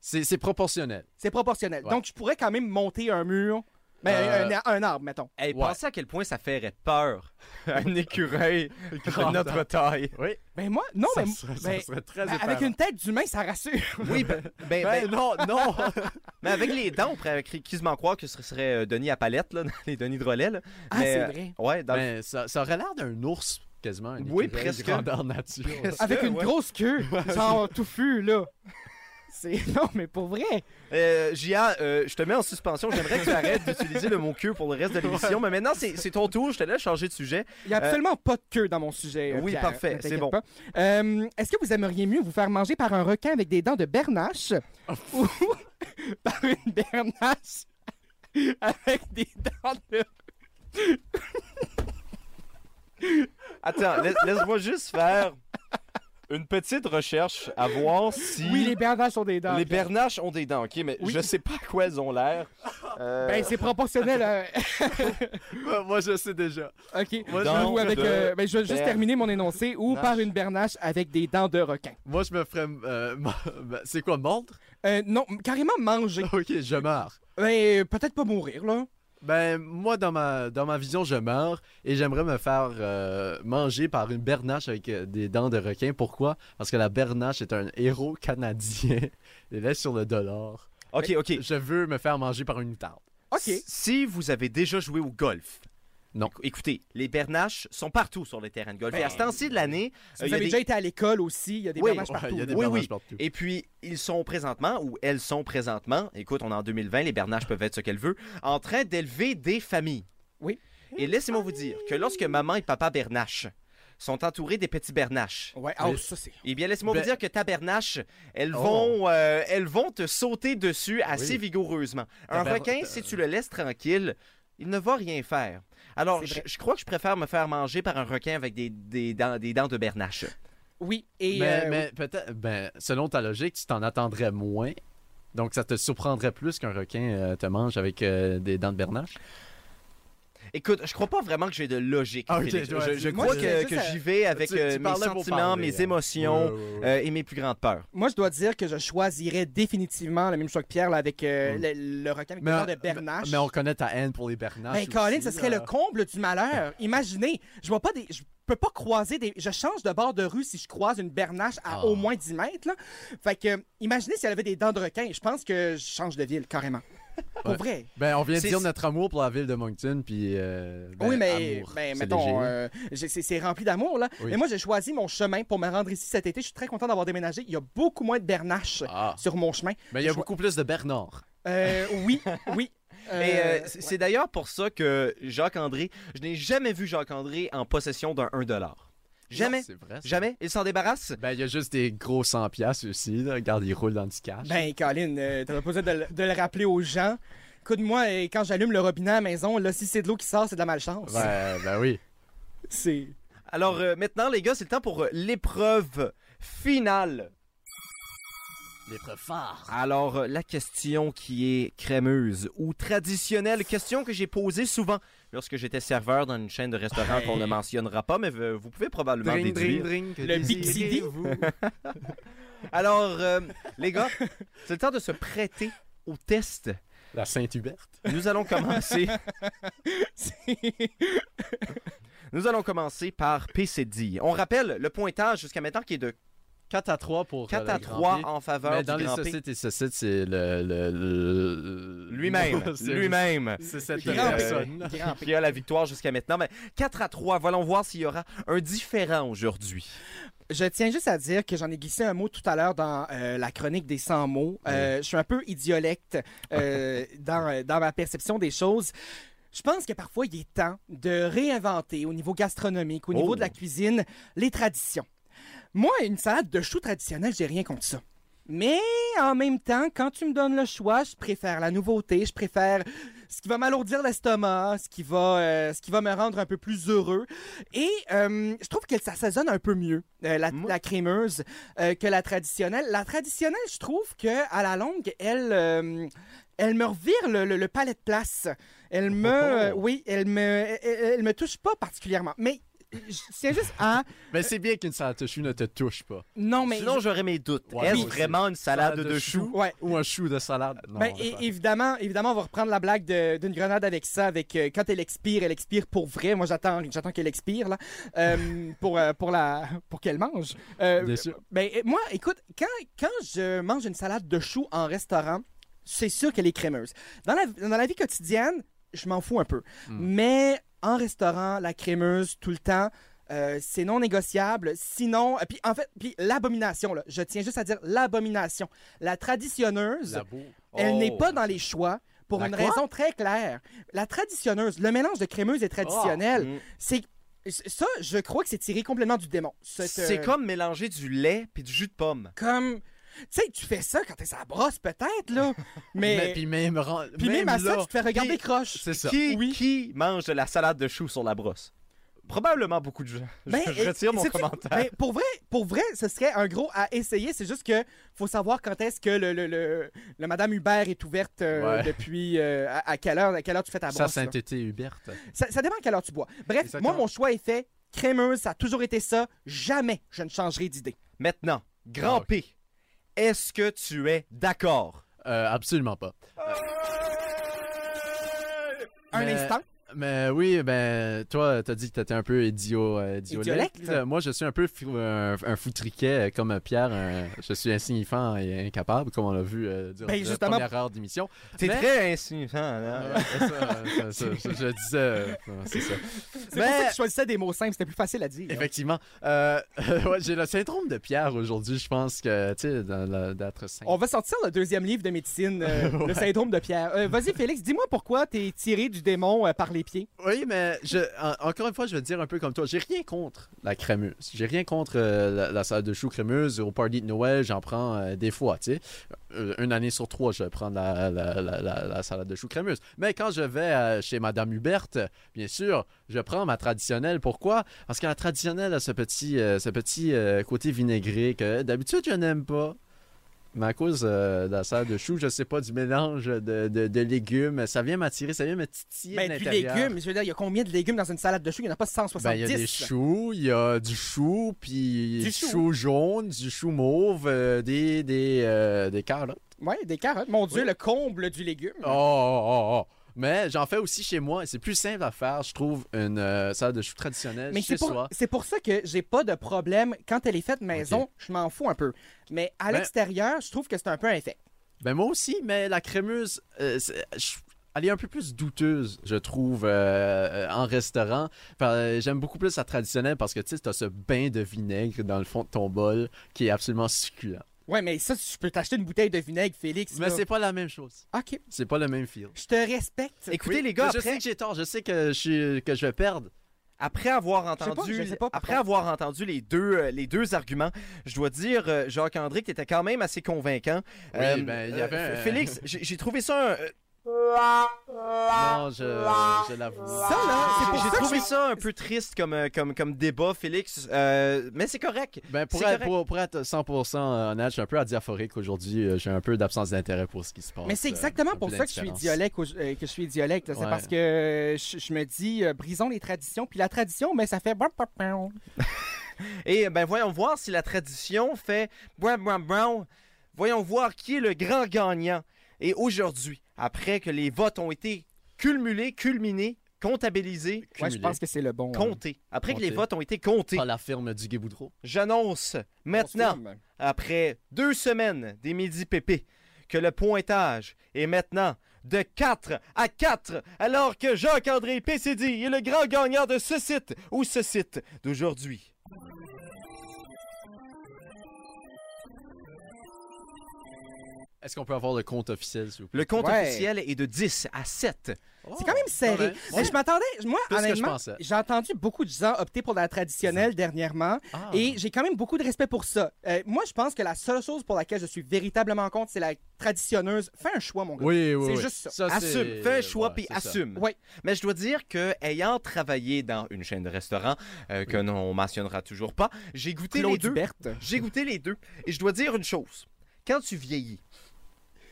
S3: C'est c'est proportionnel.
S4: c'est proportionnel?
S3: Ouais.
S4: Donc, je pourrais quand même monter un mur, mais
S3: Euh,
S4: un, un arbre, mettons.
S1: Hey,
S3: Ouais.
S1: pensez à quel point ça ferait peur (laughs) un (laughs) écureuil de
S3: Grandeur.
S1: notre taille.
S3: Oui,
S4: Ben moi, non,
S3: ça,
S4: mais...
S3: serait, ça
S4: ben,
S3: serait très
S4: ben, avec
S3: épeurant.
S4: une tête d'humain, ça rassure.
S1: Oui, ben, ben-
S3: Ben,
S1: ben-
S3: non,
S1: (laughs)
S3: non!
S1: mais avec les dents, on pourrait cri- quasiment croire que ce serait euh, Denis à palette, là, (laughs) dans les Denis de relais. là.
S4: Ah,
S1: Mais,
S4: c'est
S1: euh,
S4: vrai.
S1: Ouais, dans le-
S3: Ben, ça, ça aurait l'air d'un ours, quasiment. un
S1: Oui,
S3: écureuil
S1: presque.
S3: Grandeur nature.
S4: Avec
S1: Ça,
S4: une
S1: (laughs) ouais.
S4: grosse queue, genre touffu,
S1: (laughs)
S4: là. C'est... Non, mais pour vrai.
S1: Euh, Gia, euh, je te mets en suspension. J'aimerais que tu arrêtes d'utiliser le mot queue pour le (laughs) reste de l'émission. Mais maintenant, c'est c'est ton tour. Je te laisse changer de sujet.
S4: Il n'y a absolument pas de queue dans mon sujet. euh,
S1: Euh, Oui,
S4: Pierre,
S1: parfait,
S4: ne t'inquiète
S1: c'est bon.
S4: pas. Euh, est-ce que vous aimeriez mieux vous faire manger par un requin avec des dents
S1: (laughs)
S4: de bernache ou (laughs) par une bernache (laughs) avec des dents de...
S1: Attends, laisse- laisse-moi juste faire une petite recherche à voir si
S4: Oui, les bernaches ont des dents.
S1: les
S4: ok.
S1: bernaches ont des dents, ok, mais
S4: Oui.
S1: je sais pas à quoi elles ont l'air. Euh,
S4: Ben, c'est proportionnel. euh, (laughs)
S3: Moi, moi, je sais déjà.
S4: OK.
S3: Moi,
S1: Donc,
S4: Ou avec,
S1: de-
S4: euh, ben, je vais juste
S1: bernache.
S4: terminer mon énoncé. Ou par une bernache avec des dents de requin.
S3: Moi, je me ferais. euh, (laughs) ben, c'est quoi, mordre
S4: Euh, non, carrément manger.
S3: Ok, je meurs.
S4: Ben, peut-être pas mourir, là.
S3: Ben, moi, dans ma, dans ma vision, je meurs et j'aimerais me faire euh, manger par une bernache avec euh, des dents de requin. Pourquoi Parce que la bernache est un héros canadien. (laughs) Il est sur le dollar.
S1: Ok, ok.
S3: Je veux me faire manger par une tarte.
S4: Ben, OK.
S1: S- Si vous avez déjà joué au golf.
S3: Non.
S1: éc- Écoutez, les bernaches sont partout sur les terrains de golf. Et à ce temps-ci de l'année,
S4: Ben, Si
S1: euh,
S4: vous
S1: il y a
S4: avez
S1: des-
S4: déjà été à l'école aussi, il y a des
S1: Oui,
S4: bernaches
S3: Ouais,
S4: partout.
S3: il y a
S4: là.
S3: des
S1: Oui,
S3: bernaches
S1: oui.
S3: partout.
S1: Et puis, ils sont présentement, ou elles sont présentement, écoute, on est en 2020, les bernaches peuvent être ce qu'elles veulent, en train d'élever des familles.
S4: Oui.
S1: Et laissez-moi vous dire que lorsque maman et papa bernache sont entourés des petits bernaches,
S4: Ouais, ah, ça c'est.
S1: eh bien, laissez-moi
S3: Ben-
S1: vous dire que ta bernache, elles,
S3: Oh.
S1: vont, euh, elles vont te sauter dessus assez
S3: Oui.
S1: vigoureusement.
S3: Ta
S1: Un
S3: ber-
S1: requin,
S3: ta-
S1: si tu le laisses tranquille, il ne va rien faire. Alors,
S4: C'est
S1: je,
S4: vrai.
S1: je crois que je préfère me faire manger par un requin avec des, des, dents, des dents de bernache.
S4: Oui, et.
S3: mais
S4: euh,
S3: mais peut-être, ben, selon ta logique, tu t'en attendrais moins. Donc, ça te surprendrait plus qu'un requin euh, te mange avec euh, des dents de bernache.
S1: Écoute, je crois pas vraiment que j'ai de logique.
S3: Ah, ok,
S1: Félix.
S3: ouais,
S1: je, je
S3: c'est-
S4: Moi,
S1: crois
S4: je
S1: que,
S4: faisais
S1: que
S4: ça-
S1: j'y vais avec
S3: Tu- tu
S1: euh, mes
S3: parlais pour
S1: sentiments,
S3: parler,
S1: mes
S3: hein.
S1: émotions
S3: Ouais, ouais, ouais.
S1: euh, et mes plus grandes peurs.
S4: Moi, je dois dire que je choisirais définitivement le même choix que Pierre là, avec euh, le, le requin
S3: Mm.
S4: avec
S3: Mais,
S4: des dents de
S3: euh,
S4: bernache.
S3: mais on connaît ta haine pour les bernaches.
S4: Ben, Colin,
S3: aussi,
S4: ce serait
S3: là.
S4: le comble
S3: (laughs)
S4: du malheur. Imaginez, je vois pas des. Je peux pas croiser des. Je change de bord de rue si je croise une bernache à
S3: Ah.
S4: au moins 10 mètres, là. Fait que, euh, imaginez si elle avait des dents de requin. Je pense que je change de ville, carrément. Pour
S3: Ouais.
S4: vrai.
S3: Ben, on vient de
S1: C'est-
S3: dire notre amour pour la ville de Moncton, puis. euh, ben,
S4: Ah oui, mais,
S3: amour, c'est
S4: mais
S3: léger.
S4: mettons, euh, j'ai- c'est c'est rempli d'amour, là.
S3: Oui.
S4: Mais moi, j'ai choisi mon chemin pour me rendre ici cet été. Je suis très content d'avoir déménagé. Il y a beaucoup moins de bernaches
S3: Ah,
S4: sur mon chemin.
S3: mais il y a
S4: je-
S3: beaucoup plus de Bernard.
S4: Euh, oui, oui.
S3: (laughs)
S1: Et euh,
S4: Euh,
S1: c'est c'est d'ailleurs pour ça que Jacques-André, je n'ai jamais vu Jacques-André en possession d'un 1$. Jamais,
S3: Non, C'est vrai. ça.
S1: jamais. Il s'en débarrasse.
S3: Ben, il y a juste des gros 100 piastres aussi, là. Regarde, ils roulent dans du cash.
S4: Ben, Colin, euh, t'avais pas besoin de, le- de le rappeler aux gens. Écoute-moi, euh, quand j'allume le robinet à la maison, là, si c'est de l'eau qui sort, c'est de la malchance.
S3: Ben, ben oui.
S4: C'est.
S1: Alors euh, maintenant, les gars, c'est le temps pour euh, l'épreuve finale.
S5: L'épreuve phare.
S1: Alors, euh, la question qui est crémeuse ou traditionnelle, question que j'ai posée souvent lorsque j'étais serveur dans une chaîne de restaurant qu'on ne mentionnera pas, mais euh, vous pouvez probablement déduire.
S4: Le Bixidi.
S1: Alors, euh, les gars, (laughs) c'est le temps de se prêter au test.
S3: La Sainte-Huberte.
S1: Nous allons commencer. Nous allons commencer par PCD. On rappelle le pointage jusqu'à maintenant qui est de
S3: 4 à 3 pour.
S1: 4
S3: euh,
S1: à
S3: le Grand
S1: 3
S3: Prix.
S1: en faveur
S3: Mais
S1: du
S3: dans les
S1: Grand Prix.
S3: sociétés, sociétés, c'est le. le- le-
S1: (laughs) Lui-même,
S3: (laughs) C'est-
S1: lui-même.
S3: C'est cette
S1: Grand Prix.
S3: personne. là.
S1: qui a la victoire jusqu'à maintenant. Mais 4 à 3, allons voir s'il y aura un différent aujourd'hui.
S4: Je tiens juste à dire que j'en ai glissé un mot tout à l'heure dans euh, la chronique des 100 mots. Euh, Je suis un peu idiolecte euh, dans, euh, dans ma perception des choses. Je pense que parfois, il est temps de réinventer au niveau gastronomique, au niveau
S1: Oh.
S4: de la cuisine, les traditions. Moi, une salade de choux traditionnelle, j'ai rien contre ça. Mais en même temps, quand tu me donnes le choix, je préfère la nouveauté, je préfère ce qui va m'alourdir l'estomac, ce qui va, euh, ce qui va me rendre un peu plus heureux. Et euh, je trouve que ça s'assaisonne un peu mieux, euh, la,
S1: Moi-
S4: la crémeuse, euh, que la traditionnelle. La traditionnelle, je trouve que à la longue, elle, euh, elle me revire le, le- le palais de place. Elle me, euh, oui, elle me, elle, elle me touche pas particulièrement. Mais je tiens juste à,
S3: Mais c'est bien qu'une salade de choux ne te touche pas.
S4: non mais,
S1: Sinon, j'aurais mes doutes.
S3: Ouais,
S1: Est-ce
S3: moi aussi.
S1: vraiment une salade,
S3: Salade
S1: de,
S3: de
S1: choux?
S3: choux.
S4: ouais.
S3: Ou un chou de salade. Non,
S4: Ben,
S3: on va
S4: é-
S3: pas.
S4: évidemment, évidemment, on va reprendre la blague de- d'une grenade avec ça, avec euh, quand elle expire, elle expire pour vrai. Moi, j'attends, j'attends qu'elle expire là,
S3: (laughs)
S4: euh, pour euh, pour la pour qu'elle mange. Euh,
S3: Bien sûr.
S4: ben é- moi, écoute, quand quand je mange une salade de choux en restaurant, c'est sûr qu'elle est crémeuse. Dans la dans la vie quotidienne, je m'en fous un peu,
S3: Hmm.
S4: mais en restaurant, la crémeuse tout le temps. euh, c'est non négociable. Sinon, euh, puis en fait, puis l'abomination là. Je tiens juste à dire l'abomination. La traditionneuse.
S3: La boue.
S4: Elle
S1: Oh.
S4: n'est pas dans les choix pour
S3: La
S4: une
S3: quoi?
S4: raison très claire. La traditionneuse, le mélange de crémeuse et traditionnelle,
S1: Mm.
S4: c'est ça, je crois que c'est tiré complètement du démon. Cette,
S1: C'est
S4: euh,
S1: comme mélanger du lait puis du jus de pomme.
S4: comme tu sais, tu fais ça quand t'es à la brosse peut-être là, mais,
S3: Mais puis même, ren-
S4: puis même, à ça,
S3: là,
S4: tu te fais regarder
S1: puis-
S4: croche.
S3: C'est ça.
S1: Qui, qui mange de la salade de choux sur la brosse? Probablement beaucoup de gens. Je-
S4: Ben,
S1: je retire
S4: et-
S1: mon
S4: sais-tu-
S1: commentaire.
S4: ben, pour vrai, pour vrai, ce serait un gros à essayer. C'est juste que faut savoir quand est-ce que le, le, le, le Madame Hubert est ouverte euh,
S3: Ouais.
S4: depuis euh, à, à quelle heure, à quelle heure tu fais ta brosse.
S3: Ça,
S4: là.
S3: saint été Hubert.
S4: Ça, ça dépend à quelle heure tu bois. Bref,
S1: Exactement.
S4: moi mon choix est fait. Crémeuse, ça a toujours été ça. Jamais je ne changerai d'idée.
S1: Maintenant, grand
S3: Ah, ok.
S1: P, est-ce que tu es d'accord?
S3: Euh, absolument pas.
S4: Un
S3: Mais-
S4: instant.
S3: Mais oui, ben, toi, t'as dit que t'étais un peu idiot, euh, idiolecte.
S4: Idiolecte.
S3: Euh, Moi, je suis un peu fou- un, un foutriquet euh, comme Pierre. un- je suis insignifiant et incapable, comme on l'a vu euh, dire
S4: Ben,
S3: la
S4: justement- Ah.
S3: première heure d'émission.
S1: T'es
S4: Ben,
S3: Mais-
S1: très insignifiant. hein. là.
S3: Euh, ça, ça, ça, je, je disais, euh, c'est ça.
S4: C'est pour ça que je choisissais des mots simples, c'était plus facile à dire.
S3: Effectivement. Euh, (laughs) ouais, j'ai le syndrome de Pierre aujourd'hui. Je pense que, tu sais, dans la- d'être sain.
S4: On va sortir le deuxième livre de médecine, (laughs) euh, le syndrome de Pierre. Euh, Vas-y Félix, dis-moi pourquoi t'es tiré du démon euh, par les pieds.
S3: Oui, mais je, en- encore une fois, je vais te dire un peu comme toi. J'ai rien contre la crémeuse. J'ai rien contre euh, la, la salade de choux crémeuse. Au party de Noël, j'en prends euh, des fois, tu sais. Euh, une année sur trois, je vais prendre la, la- la- la- la salade de choux crémeuse. Mais quand je vais euh, chez Madame Hubert, bien sûr, je prends ma traditionnelle. Pourquoi? Parce que la traditionnelle a ce petit, euh, ce petit euh, côté vinaigré que d'habitude, je n'aime pas. Mais à cause euh, de la salade de choux, je sais pas, du mélange de, de- de légumes, ça vient m'attirer, ça vient me titiller de
S4: Ben, du
S3: l'intérieur.
S4: légume, je veux dire, il y a combien de légumes dans une salade de choux? Il n'y en a pas 170.
S3: Ben, il y a des choux, il y a du chou, puis
S4: Du
S3: du
S4: chou.
S3: chou jaune, du chou mauve, euh, des, des, euh, des carottes.
S4: Ouais, des carottes. Mon Dieu, le comble du légume.
S3: Oh, oh, oh, oh. Mais j'en fais aussi chez moi. et C'est plus simple à faire, je trouve, une euh, salade de choux traditionnelle
S4: Mais
S3: chez
S4: c'est pour,
S3: soi.
S4: c'est pour ça que j'ai pas de problème. Quand elle est faite maison, je m'en fous un peu. Mais à
S3: Ben-
S4: l'extérieur, je trouve que c'est un peu un effet.
S3: Ben moi aussi, mais la crémeuse, euh, c'est- je- elle est un peu plus douteuse, je trouve, euh, euh, en restaurant. Enfin, euh, J'aime beaucoup plus la traditionnelle parce que, tu sais, t'as ce bain de vinaigre dans le fond de ton bol qui est absolument succulent.
S4: Ouais, mais ça, je peux t'acheter une bouteille de vinaigre, Félix.
S3: Mais
S4: là.
S3: c'est pas la même chose.
S4: Ok,
S3: C'est pas le même feel.
S4: je te respecte.
S1: Écoutez,
S3: Oui,
S1: les gars,
S3: mais je
S1: après,
S3: sais que j'ai tort, je sais que je, suis- que je vais perdre.
S1: après avoir
S4: sais pas,
S1: entendu,
S4: je sais pas pourquoi.
S1: après avoir entendu les deux, euh, les deux arguments, je dois dire, euh, Jacques-André, que t'étais quand même assez convaincant. Euh,
S3: Oui, ben, il y avait un-
S4: (laughs)
S1: Félix, j'ai j'ai trouvé ça un... euh,
S3: Non, je, je l'avoue.
S4: Ça, là, c'est pour
S1: J'ai
S4: ça que
S1: trouvé
S4: je-
S1: ça un peu triste comme, euh, comme, comme débat, Félix, euh, mais c'est correct.
S3: Ben, pour,
S1: C'est
S3: être,
S1: correct.
S3: pour, pour être 100% honnête, je suis un peu adiaphorique aujourd'hui. euh, J'ai un peu d'absence d'intérêt pour ce qui se passe.
S4: Mais c'est
S3: euh,
S4: exactement
S3: un
S4: pour
S3: peu
S4: ça que je suis
S3: d'indifférence.
S4: idiolecte. au- euh, que je suis idiolecte. là. C'est
S3: Ouais.
S4: parce que euh, je, je me dis, euh, brisons les traditions. Puis la tradition, mais ça fait...
S1: Et ben voyons voir si la tradition fait brown brown brown. Voyons voir qui est le grand gagnant. Et aujourd'hui, après que les votes ont été cumulés, culminés, comptabilisés,
S4: Ouais, je
S3: Cumulé.
S4: pense que c'est le bon... euh,
S1: comptés, après que les
S3: Comptés.
S1: votes ont été comptés,
S3: Par la firme du Guéboudreau.
S1: j'annonce maintenant,
S4: film.
S1: après deux semaines des midi pépé, que le pointage est maintenant de 4 à 4, alors que Jacques-André PCD est le grand gagnant de ce site ou ce site d'aujourd'hui.
S3: Est-ce qu'on peut avoir le compte officiel, s'il vous plaît?
S1: Le compte
S4: Ouais.
S1: officiel est de 10 à 7.
S4: C'est quand même serré.
S3: Oh, Ouais.
S4: Mais Je m'attendais, moi,
S3: Plus que je
S4: honnêtement,
S3: pensais.
S4: j'ai entendu beaucoup de gens opter pour la traditionnelle dernièrement
S3: Ah.
S4: et j'ai quand même beaucoup de respect pour ça. Euh, moi, je pense que la seule chose pour laquelle je suis véritablement contre, c'est la traditionneuse. Fais un choix, mon gars.
S3: Oui, oui,
S4: C'est
S3: oui.
S4: juste ça.
S3: c'est-
S1: Assume, fais un choix
S3: ouais,
S1: puis
S3: c'est ça.
S1: assume.
S4: Ouais.
S1: Mais je dois dire que ayant travaillé dans une chaîne de restaurants euh, que l'on mentionnera toujours pas, j'ai goûté les
S4: Claude
S1: deux.
S4: Hubert.
S1: J'ai goûté les deux et je dois dire une chose. Quand tu vieillis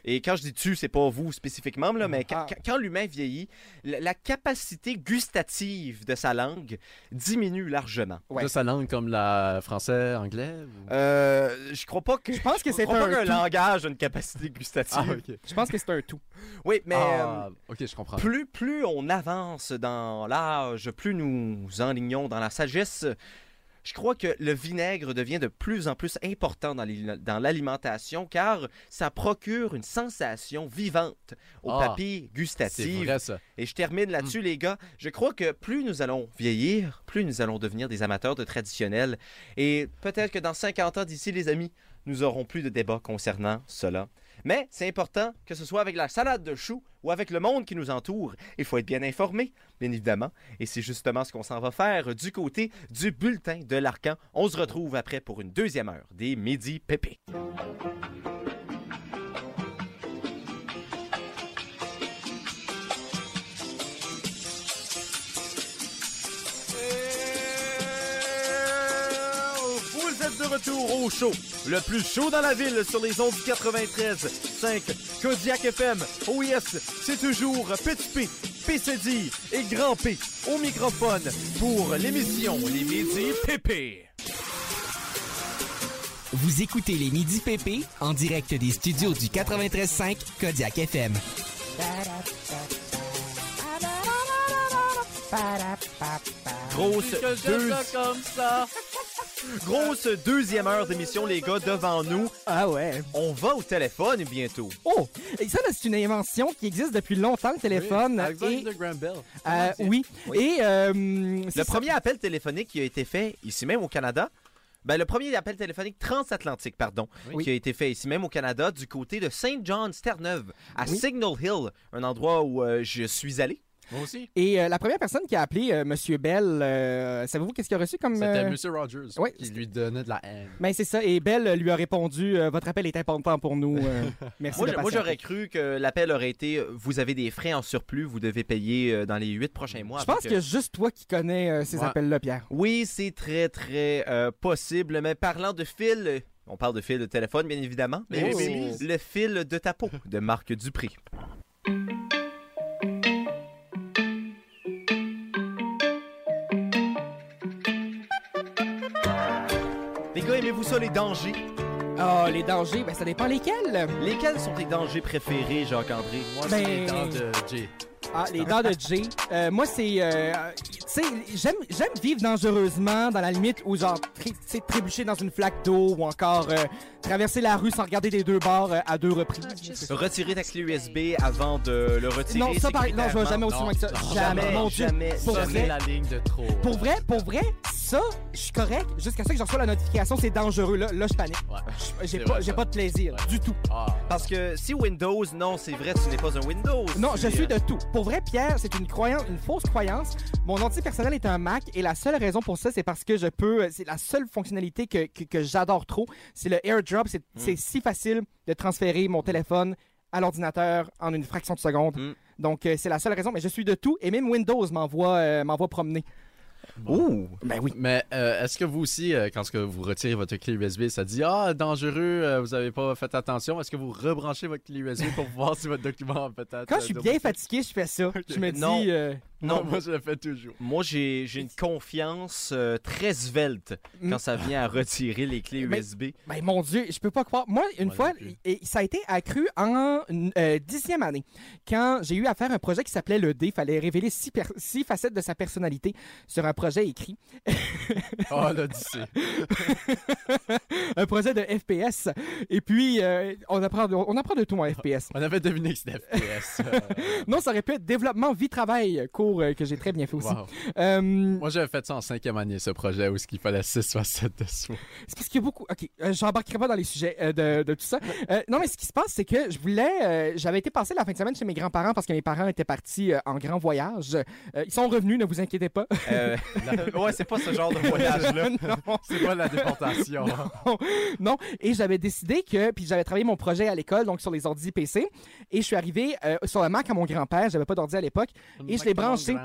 S1: et quand je dis tu, c'est pas vous spécifiquement, là, mais quand,
S4: Ah.
S1: quand- quand l'humain vieillit, la, la capacité gustative de sa langue diminue largement.
S4: Ouais.
S3: De sa langue comme la français, anglais? ou-
S1: Euh, je crois pas que
S4: Je pense que
S1: je
S4: c'est
S1: crois pas qu'un
S4: un, tout.
S1: langage a une capacité gustative.
S3: Ah, ok.
S4: Je pense que c'est un tout.
S1: Oui, mais euh,
S3: Ah, ok, je comprends.
S1: Plus, plus on avance dans l'âge, plus nous enlignons dans la sagesse. Je crois que le vinaigre devient de plus en plus important dans l'ali- dans l'alimentation car ça procure une sensation vivante aux
S3: Ah,
S1: papilles
S3: C'est
S1: gustatives.
S3: vrai, ça.
S1: Et je termine là-dessus, les gars. Je crois que plus nous allons vieillir, plus nous allons devenir des amateurs de traditionnels. Et peut-être que dans 50 ans d'ici, les amis, nous aurons plus de débats concernant cela. Mais c'est important que ce soit avec la salade de choux ou avec le monde qui nous entoure. Il faut être bien informé, bien évidemment. Et c'est justement ce qu'on s'en va faire du côté du bulletin de l'Arcan. On se retrouve après pour une deuxième heure des Midi Pépé.
S6: Hey,
S7: de retour au show, le plus chaud dans la ville sur les ondes du 93, 5, Kodiak FM. Oh yes, c'est toujours Petit P, PCD et Grand P au microphone pour l'émission Les Midi PP.
S2: Vous écoutez les Midi PP en direct des studios du 93.5 Kodiak FM.
S7: Grosse deux-
S3: comme ça.
S1: Grosse deuxième heure d'émission, les gars, devant nous.
S4: Ah ouais.
S1: On va au téléphone bientôt.
S4: Oh! Et ça, là, c'est une invention qui existe depuis longtemps, le téléphone. et,
S3: Alexander Graham Bell.
S4: euh, oui.
S1: Oui.
S4: Et euh, c'est
S1: Le
S4: ça.
S1: premier appel téléphonique qui a été fait ici même au Canada, ben, le premier appel téléphonique transatlantique, pardon,
S3: Oui.
S1: qui a été fait ici même au Canada du côté de St. John's, Terre-Neuve, à
S4: Oui.
S1: Signal Hill, un endroit où euh, je suis allé.
S3: Moi aussi.
S4: Et euh, la première personne qui a appelé euh, Monsieur Bell, euh, savez-vous qu'est-ce qu'il a reçu comme.
S3: C'était
S4: euh,
S3: Monsieur Rogers
S4: ouais,
S3: qui lui donnait de la haine.
S4: Ben c'est ça, et Bell euh, lui a répondu euh, Votre appel est important pour nous. (laughs) euh, merci
S1: Moi,
S4: de
S1: je- moi,
S4: patienter.
S1: j'aurais cru que l'appel aurait été euh, vous avez des frais en surplus, vous devez payer euh, dans les huit prochains mois.
S4: Je pense
S1: Avec, euh,
S4: que juste toi qui connais euh, ces
S3: Ouais.
S4: appels-là, Pierre.
S1: Oui, c'est très, très euh, possible. Mais parlant de fil, euh, on parle de fil de téléphone, bien évidemment, mais
S4: Oui,
S1: aussi
S4: oui,
S1: le fil de ta peau de Marc Dupré. Les gars, aimez-vous ça, les dangers?
S4: Oh, les dangers, ben ça dépend lesquels.
S1: Lesquels sont tes dangers préférés, Jacques-André?
S3: Moi, c'est
S4: Ben-
S3: les dents de Jay.
S4: Ah, les dents de Jay. Euh, moi, c'est. euh, euh, tu sais, j'aime, j'aime vivre dangereusement, dans la limite où, genre, tri- tu sais, trébucher dans une flaque d'eau ou encore euh, traverser la rue sans regarder des deux bords euh, à deux reprises.
S1: Retirer ta clé USB avant de le retirer.
S4: non, ça, par... non, je vais
S1: sécuritairement.
S4: jamais aussi
S3: Non,
S4: loin que ça.
S3: non,
S4: jamais,
S1: Jamais,
S4: mon Dieu.
S1: jamais,
S4: Pour
S1: jamais.
S4: vrai,
S3: Jamais la ligne de trop.
S4: Pour vrai, pour vrai, ça, je suis correct jusqu'à ce que je reçois la notification, c'est dangereux. Là, là je panique.
S3: Ouais.
S4: Je- J'ai
S3: C'est
S4: pas,
S3: vrai,
S4: j'ai
S3: ça.
S4: pas de plaisir,
S3: Ouais.
S4: du tout.
S3: Ah.
S1: Parce que si Windows, non, c'est vrai, tu n'es pas un Windows.
S4: Non,
S1: tu
S4: je
S1: es-
S4: suis de tout. Pour vrai, Pierre, c'est une croyance, une fausse croyance. Mon anti personnel est un Mac et la seule raison pour ça, c'est parce que je peux. euh, C'est la seule fonctionnalité que, que, que j'adore trop. C'est le AirDrop. C'est c'est si facile de transférer mon téléphone à l'ordinateur en une fraction de seconde.
S1: Mm.
S4: Donc, euh, c'est la seule raison. Mais je suis de tout et même Windows m'envoie euh, m'envoie promener.
S1: euh, Ouh!
S4: Ben oui.
S3: Mais euh, est-ce que vous aussi, euh, quand ce que vous retirez votre clé USB, ça dit Ah, dangereux, euh, vous avez pas fait attention. Est-ce que vous rebranchez votre clé USB pour (laughs) voir si votre document a peut-être.
S4: Quand
S3: euh,
S4: je suis
S3: de-
S4: bien fatigué, je fais ça. Je me dis.
S1: Non.
S4: euh,
S3: Non,
S1: Non,
S3: (laughs) moi, je le fais toujours.
S1: (laughs) Moi, j'ai j'ai une confiance euh, très svelte
S4: Mm.
S1: quand ça vient à retirer les clés
S4: Mais-
S1: USB.
S4: Ben mon Dieu, je peux pas croire. Moi, une
S3: Moi
S4: fois,
S3: non plus.
S4: et- et ça a été accru en euh, dixième année, quand j'ai eu à faire un projet qui s'appelait le D. Fallait révéler six, per- six facettes de sa personnalité sur un projet écrit, (laughs)
S3: Oh, l'Odyssée.
S4: un projet de FPS. Et puis, euh, on apprend, de- on apprend de tout en FPS.
S3: On avait deviné que c'était FPS. euh,
S4: Non, ça aurait pu être développement vie travail, cours euh, que j'ai très bien fait (laughs) aussi.
S3: wow.
S4: Euh,
S3: Moi, j'avais fait ça en cinquième année, ce projet, où ce qu'il fallait 6 facettes de soi.
S4: C'est parce qu'il y a beaucoup. Ok, euh, j'embarquerai pas dans les sujets euh, de, de tout ça. Euh, non, mais ce qui se passe, c'est que je voulais. euh, J'avais été passer la fin de semaine chez mes grands-parents parce que mes parents étaient partis euh, en grand voyage. Euh, ils sont revenus, ne vous inquiétez pas.
S1: Euh, ouais, c'est pas ce genre de (laughs) voyage-là.
S4: (laughs) non,
S3: C'est pas la déportation. hein.
S4: non. Et j'avais décidé que. Puis j'avais travaillé mon projet à l'école, donc sur les ordi PC. Et je suis arrivé euh, sur le Mac à mon grand-père. J'avais pas d'ordi à l'époque. Et je l'ai branché.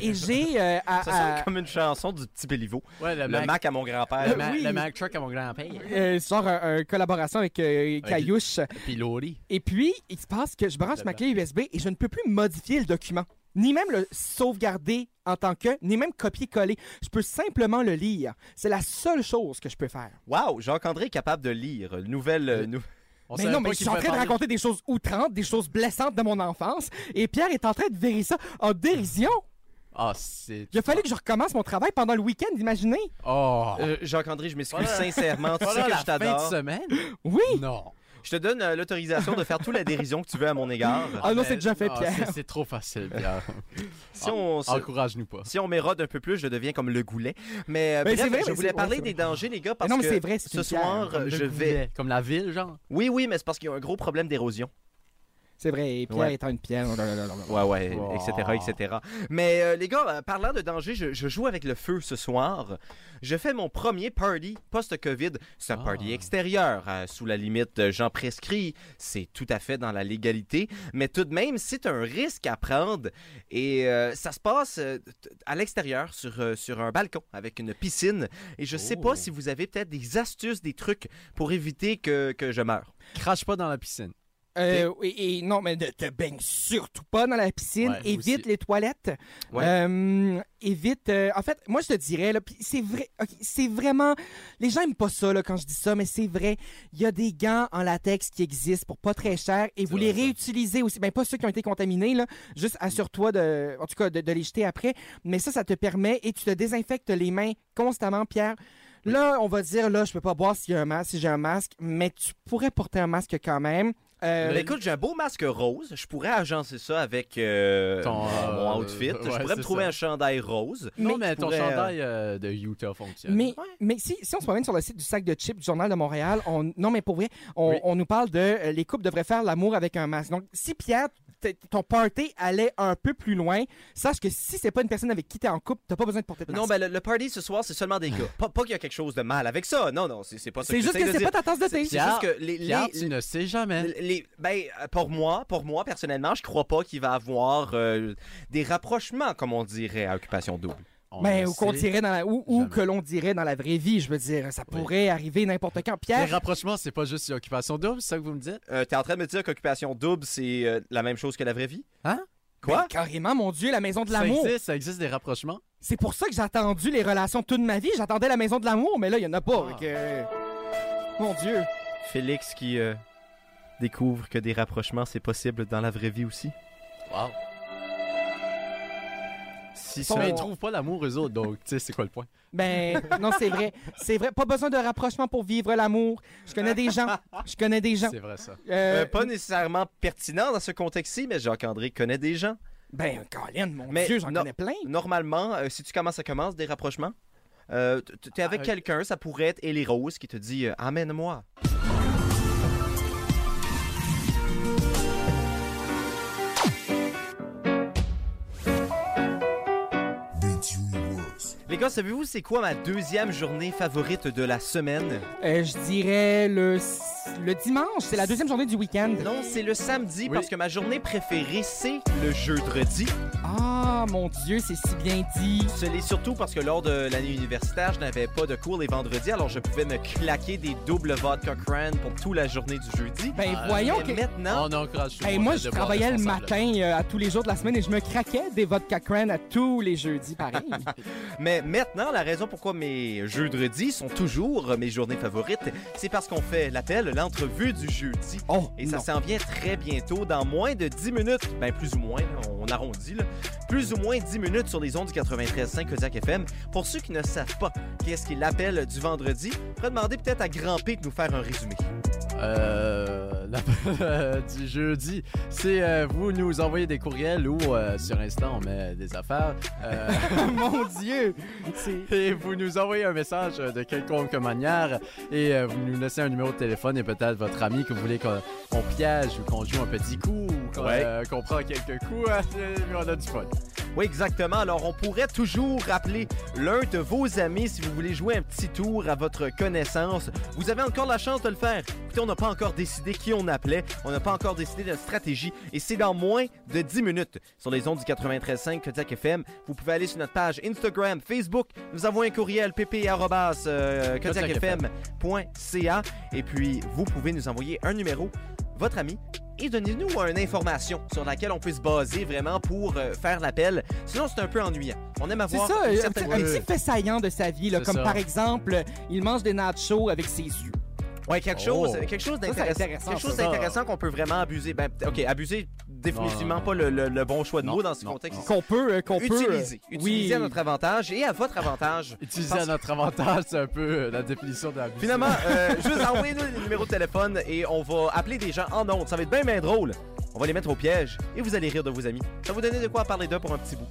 S4: Et j'ai. euh, à-
S1: Ça
S4: à-
S1: sonne comme une chanson du petit Béliveau.
S3: Ouais, le,
S1: Le
S3: Euh, Mac,
S1: Mac à mon
S3: le,
S1: grand-père.
S3: Mac-
S4: Euh, oui.
S3: le Mac Truck à mon grand-père.
S4: euh, genre un- un collaboration avec euh, Caillouche.
S3: Puis Laurie.
S4: Et puis, il se passe que je branche ma
S3: Là-bas.
S4: clé USB et je ne peux plus modifier le document, ni même le sauvegarder en tant que, ni même copier-coller. Je peux simplement le lire. C'est la seule chose que je peux faire.
S1: Wow, Jacques-André est capable de lire. Nouvelle. euh, nou-
S3: On
S4: mais
S3: savait
S4: non,
S3: pas
S4: mais je
S3: qu'il
S4: suis en
S3: pouvait
S4: train de
S3: parler.
S4: raconter des choses outrantes, des choses blessantes de mon enfance, et Pierre est en train de virer ça en dérision.
S3: Ah, c'est.
S4: Il a fallu que je recommence mon travail pendant le week-end, imaginez.
S3: Oh!
S1: Euh, Jacques-André, je m'excuse
S3: Voilà.
S1: sincèrement. Tu sais
S3: Voilà
S1: que
S3: la
S1: je
S3: fin de
S1: t'adore.
S3: semaine?
S4: Oui.
S3: Non.
S1: Je te donne euh, l'autorisation de faire toute la dérision que tu veux à mon égard.
S4: Ah non,
S3: Mais-
S4: c'est déjà fait,
S3: Euh, non,
S4: Pierre.
S3: c'est- C'est trop facile,
S4: (laughs)
S3: Pierre. Ah,
S1: Si on, se-
S3: Encourage-nous pas.
S1: si on m'érode un peu plus, je deviens comme le goulet. Mais, euh,
S4: Mais
S1: bref,
S4: c'est vrai,
S1: je
S4: mais
S1: voulais
S4: c'est-
S1: parler
S4: ouais, c'est
S1: des dangers, les gars,
S4: Mais
S1: parce
S4: non, mais
S1: que
S4: c'est vrai, c'est
S1: ce
S4: une pierre.
S1: soir,
S3: Comme le
S1: je vais...
S3: goulet, Comme la ville, genre.
S1: Oui, oui, mais c'est parce qu'il y a un gros problème d'érosion.
S4: C'est vrai, et Pierre
S1: Ouais.
S4: étant une pierre.
S1: Ouais, ouais,
S3: Oh.
S1: etc., etc. Mais euh, les gars, euh, parlant de danger, je, je joue avec le feu ce soir. Je fais mon premier party post-COVID. C'est un
S3: Ah.
S1: party extérieur, euh, sous la limite de gens prescrits. C'est tout à fait dans la légalité. Mais tout de même, c'est un risque à prendre. Et euh, ça se passe euh, t- à l'extérieur, sur, euh, sur un balcon, avec une piscine. Et je sais
S3: Oh.
S1: pas si vous avez peut-être des astuces, des trucs pour éviter que, que je meure.
S3: Crache pas dans la piscine.
S4: Euh, et, et non, mais ne te baigne surtout pas dans la piscine.
S3: Ouais, moi
S4: évite
S3: aussi.
S4: les toilettes.
S1: Ouais.
S4: Euh, évite. euh, en fait, moi, je te dirais, là, puis c'est vrai. ok, c'est vraiment. Les gens aiment pas ça là, quand je dis ça, mais c'est vrai. Il y a des gants en latex qui existent pour pas très cher et vous les
S3: vrai, ça.
S4: réutilisez aussi. Ben, pas ceux qui ont été contaminés, là. Juste assure-toi, de, en tout cas, de, de les jeter après. Mais ça, ça te permet et tu te désinfectes les mains constamment, Pierre. Là, on va dire, là, je peux pas boire s'il y a un masque, si j'ai un masque, mais tu pourrais porter un masque quand même. Euh,
S1: Ben, écoute, j'ai un beau masque rose. Je pourrais agencer ça avec euh,
S3: Ton, euh,
S1: mon (laughs) outfit. je
S3: ouais,
S1: pourrais me
S3: c'est
S1: trouver
S3: ça.
S1: un chandail rose.
S3: Non, mais,
S1: je
S3: ton
S1: pourrais, euh,
S3: chandail euh, de Utah fonctionne.
S4: Mais, mais si, si on se promène sur le site du sac de chips du Journal de Montréal, on, non, mais pour vrai, on,
S3: Oui.
S4: on nous parle de euh, les couples devraient faire l'amour avec un masque. Donc, si Pierre, t- ton party allait un peu plus loin, sache que si c'est pas une personne avec qui t'es en couple, t'as pas besoin de porter de masque.
S1: Non, ben le, le party ce soir, c'est seulement des gars. pas pas qu'il y a quelque chose de mal avec ça. Non, non, c'est c'est pas ça.
S4: c'est juste
S1: j'essaie
S4: que
S1: de
S4: c'est
S1: dire.
S4: pas ta tasse de thé.
S1: C'est juste que les, les-
S3: Pierre, tu ne sais jamais.
S1: les- ben, euh, pour moi, pour moi personnellement, je crois pas qu'il va avoir euh, des rapprochements, comme on dirait à occupation double.
S3: On
S4: Ben,
S3: le
S4: ou qu'on
S3: sait.
S4: dirait dans la, ou, ou
S3: Jamais.
S4: que l'on dirait dans la vraie vie, je veux dire. Ça
S3: Oui.
S4: pourrait arriver n'importe quand.
S3: Les
S4: Pierre,
S3: rapprochements, c'est pas juste une occupation double, c'est ça que vous me dites?
S1: Euh, T'es en train de me dire qu'occupation double, c'est euh, la même chose que la vraie vie
S3: Hein?
S1: Quoi
S4: ben, carrément, mon Dieu, la maison de
S3: Ça
S4: l'amour.
S3: existe, ça existe des rapprochements?
S4: C'est pour ça que j'ai attendu les relations toute ma vie. J'attendais la maison de l'amour, mais là, il y en a pas.
S3: Ah.
S4: fait que- Mon Dieu.
S1: Félix qui euh, découvre que des rapprochements c'est possible dans la vraie vie aussi.
S3: Wow.
S1: Si
S4: Son-
S1: ça-
S3: Mais ils trouvent pas l'amour eux autres, donc tu sais, c'est quoi le point? (laughs)
S4: Ben, non, c'est vrai. C'est vrai. Pas besoin de rapprochement pour vivre l'amour. Je connais des gens. Je connais des gens.
S3: C'est vrai ça.
S4: Euh,
S1: Euh, pas nécessairement pertinent dans ce contexte-ci, mais Jacques-André connaît des gens.
S4: Ben, Colin, mon
S1: Mais
S4: Dieu, j'en
S1: non.
S4: connais plein.
S1: Normalement, euh, si tu commences, ça commence, des rapprochements. Euh, t- t'es avec
S3: Ah, euh,
S1: quelqu'un, ça pourrait être Ellie Rose qui te dit euh, Amène-moi. Les gars, savez-vous c'est quoi ma deuxième journée favorite de la semaine?
S4: Euh, je dirais le, le dimanche. C'est la deuxième journée du week-end.
S1: Non, c'est le samedi
S3: Oui.
S1: parce que ma journée préférée, c'est le jeudi.
S4: Ah, mon Dieu, c'est si bien dit.
S1: Ce l'est surtout parce que lors de l'année universitaire, je n'avais pas de cours les vendredis, alors je pouvais me claquer des doubles vodka Cran pour toute la journée du jeudi.
S4: Ben,
S3: Ah,
S4: voyons
S1: Mais
S4: que.
S1: maintenant,
S3: On encourage tout le
S4: Hey,
S3: monde
S4: moi,
S3: à
S4: je
S3: devoir
S4: travaillais le
S3: responsable.
S4: matin euh, à tous les jours de la semaine et je me craquais des vodka cran à tous les jeudis, pareil.
S1: mais maintenant, la raison pourquoi mes jeudredis sont toujours euh, mes journées favorites, c'est parce qu'on fait l'appel, l'entrevue du jeudi.
S4: oh,
S1: Et ça
S4: non.
S1: s'en vient très bientôt, dans moins de 10 minutes. Ben, plus ou moins, là, on arrondit, là. Plus ou moins 10 minutes sur les ondes du 93.5 Kodiak FM. Pour ceux qui ne savent pas qu'est-ce qu'il appelle du vendredi, on pourrait demander peut-être à Grand P de nous faire un résumé.
S3: Euh, la- du jeudi, c'est euh, vous nous envoyez des courriels ou euh, sur Insta on met des affaires. Euh,
S4: (laughs) mon Dieu. C'est.
S3: et vous nous envoyez un message euh, de quelconque manière et euh, vous nous laissez un numéro de téléphone et peut-être votre ami que vous voulez qu'on qu'on piège ou qu'on joue un petit coup ou qu'on
S1: Ouais.
S3: euh, qu'on prend quelques coups. hein, mais on a du fun.
S1: Oui, exactement. Alors, on pourrait toujours rappeler l'un de vos amis si vous voulez jouer un petit tour à votre connaissance. Vous avez encore la chance de le faire. Écoutez, on n'a pas encore décidé qui on appelait. On n'a pas encore décidé de la stratégie. Et c'est dans moins de 10 minutes sur les ondes du 93.5 Kodiak FM. Vous pouvez aller sur notre page Instagram, Facebook. Nous avons un courriel euh, pp.kodiakfm.ca. Et puis, vous pouvez nous envoyer un numéro, votre ami, et donnez-nous une information sur laquelle on peut se baser vraiment pour euh, faire l'appel. Sinon, c'est un peu ennuyant. On aime
S4: C'est
S1: avoir
S4: ça,
S1: une
S4: euh, un petit,
S1: certaine-
S4: un petit fait saillant de sa vie, là,
S3: C'est
S4: comme
S3: ça.
S4: par exemple, euh, il mange des nachos avec ses yeux.
S1: Ouais, quelque chose,
S3: Oh.
S1: quelque chose
S4: c'est
S1: d'intéressant,
S4: intéressant,
S1: quelque chose
S3: ça.
S1: d'intéressant qu'on peut vraiment abuser. Ben, ok, abuser définitivement
S3: Non.
S1: pas le, le- le bon choix de
S3: Non,
S1: mot dans ce
S3: non,
S1: contexte.
S4: Qu'on peut, euh, qu'on peut. euh,
S1: Utiliser, utiliser
S4: oui.
S1: à notre avantage et à votre avantage.
S3: Utiliser
S1: Parce-
S3: à notre avantage, c'est un peu euh, la définition de la
S1: Finalement, euh, juste envoyez-nous les numéros de téléphone et on va appeler des gens en ondes. Ça va être bien, bien drôle. On va les mettre au piège et vous allez rire de vos amis. Ça va vous donner de quoi parler d'eux pour un petit bout.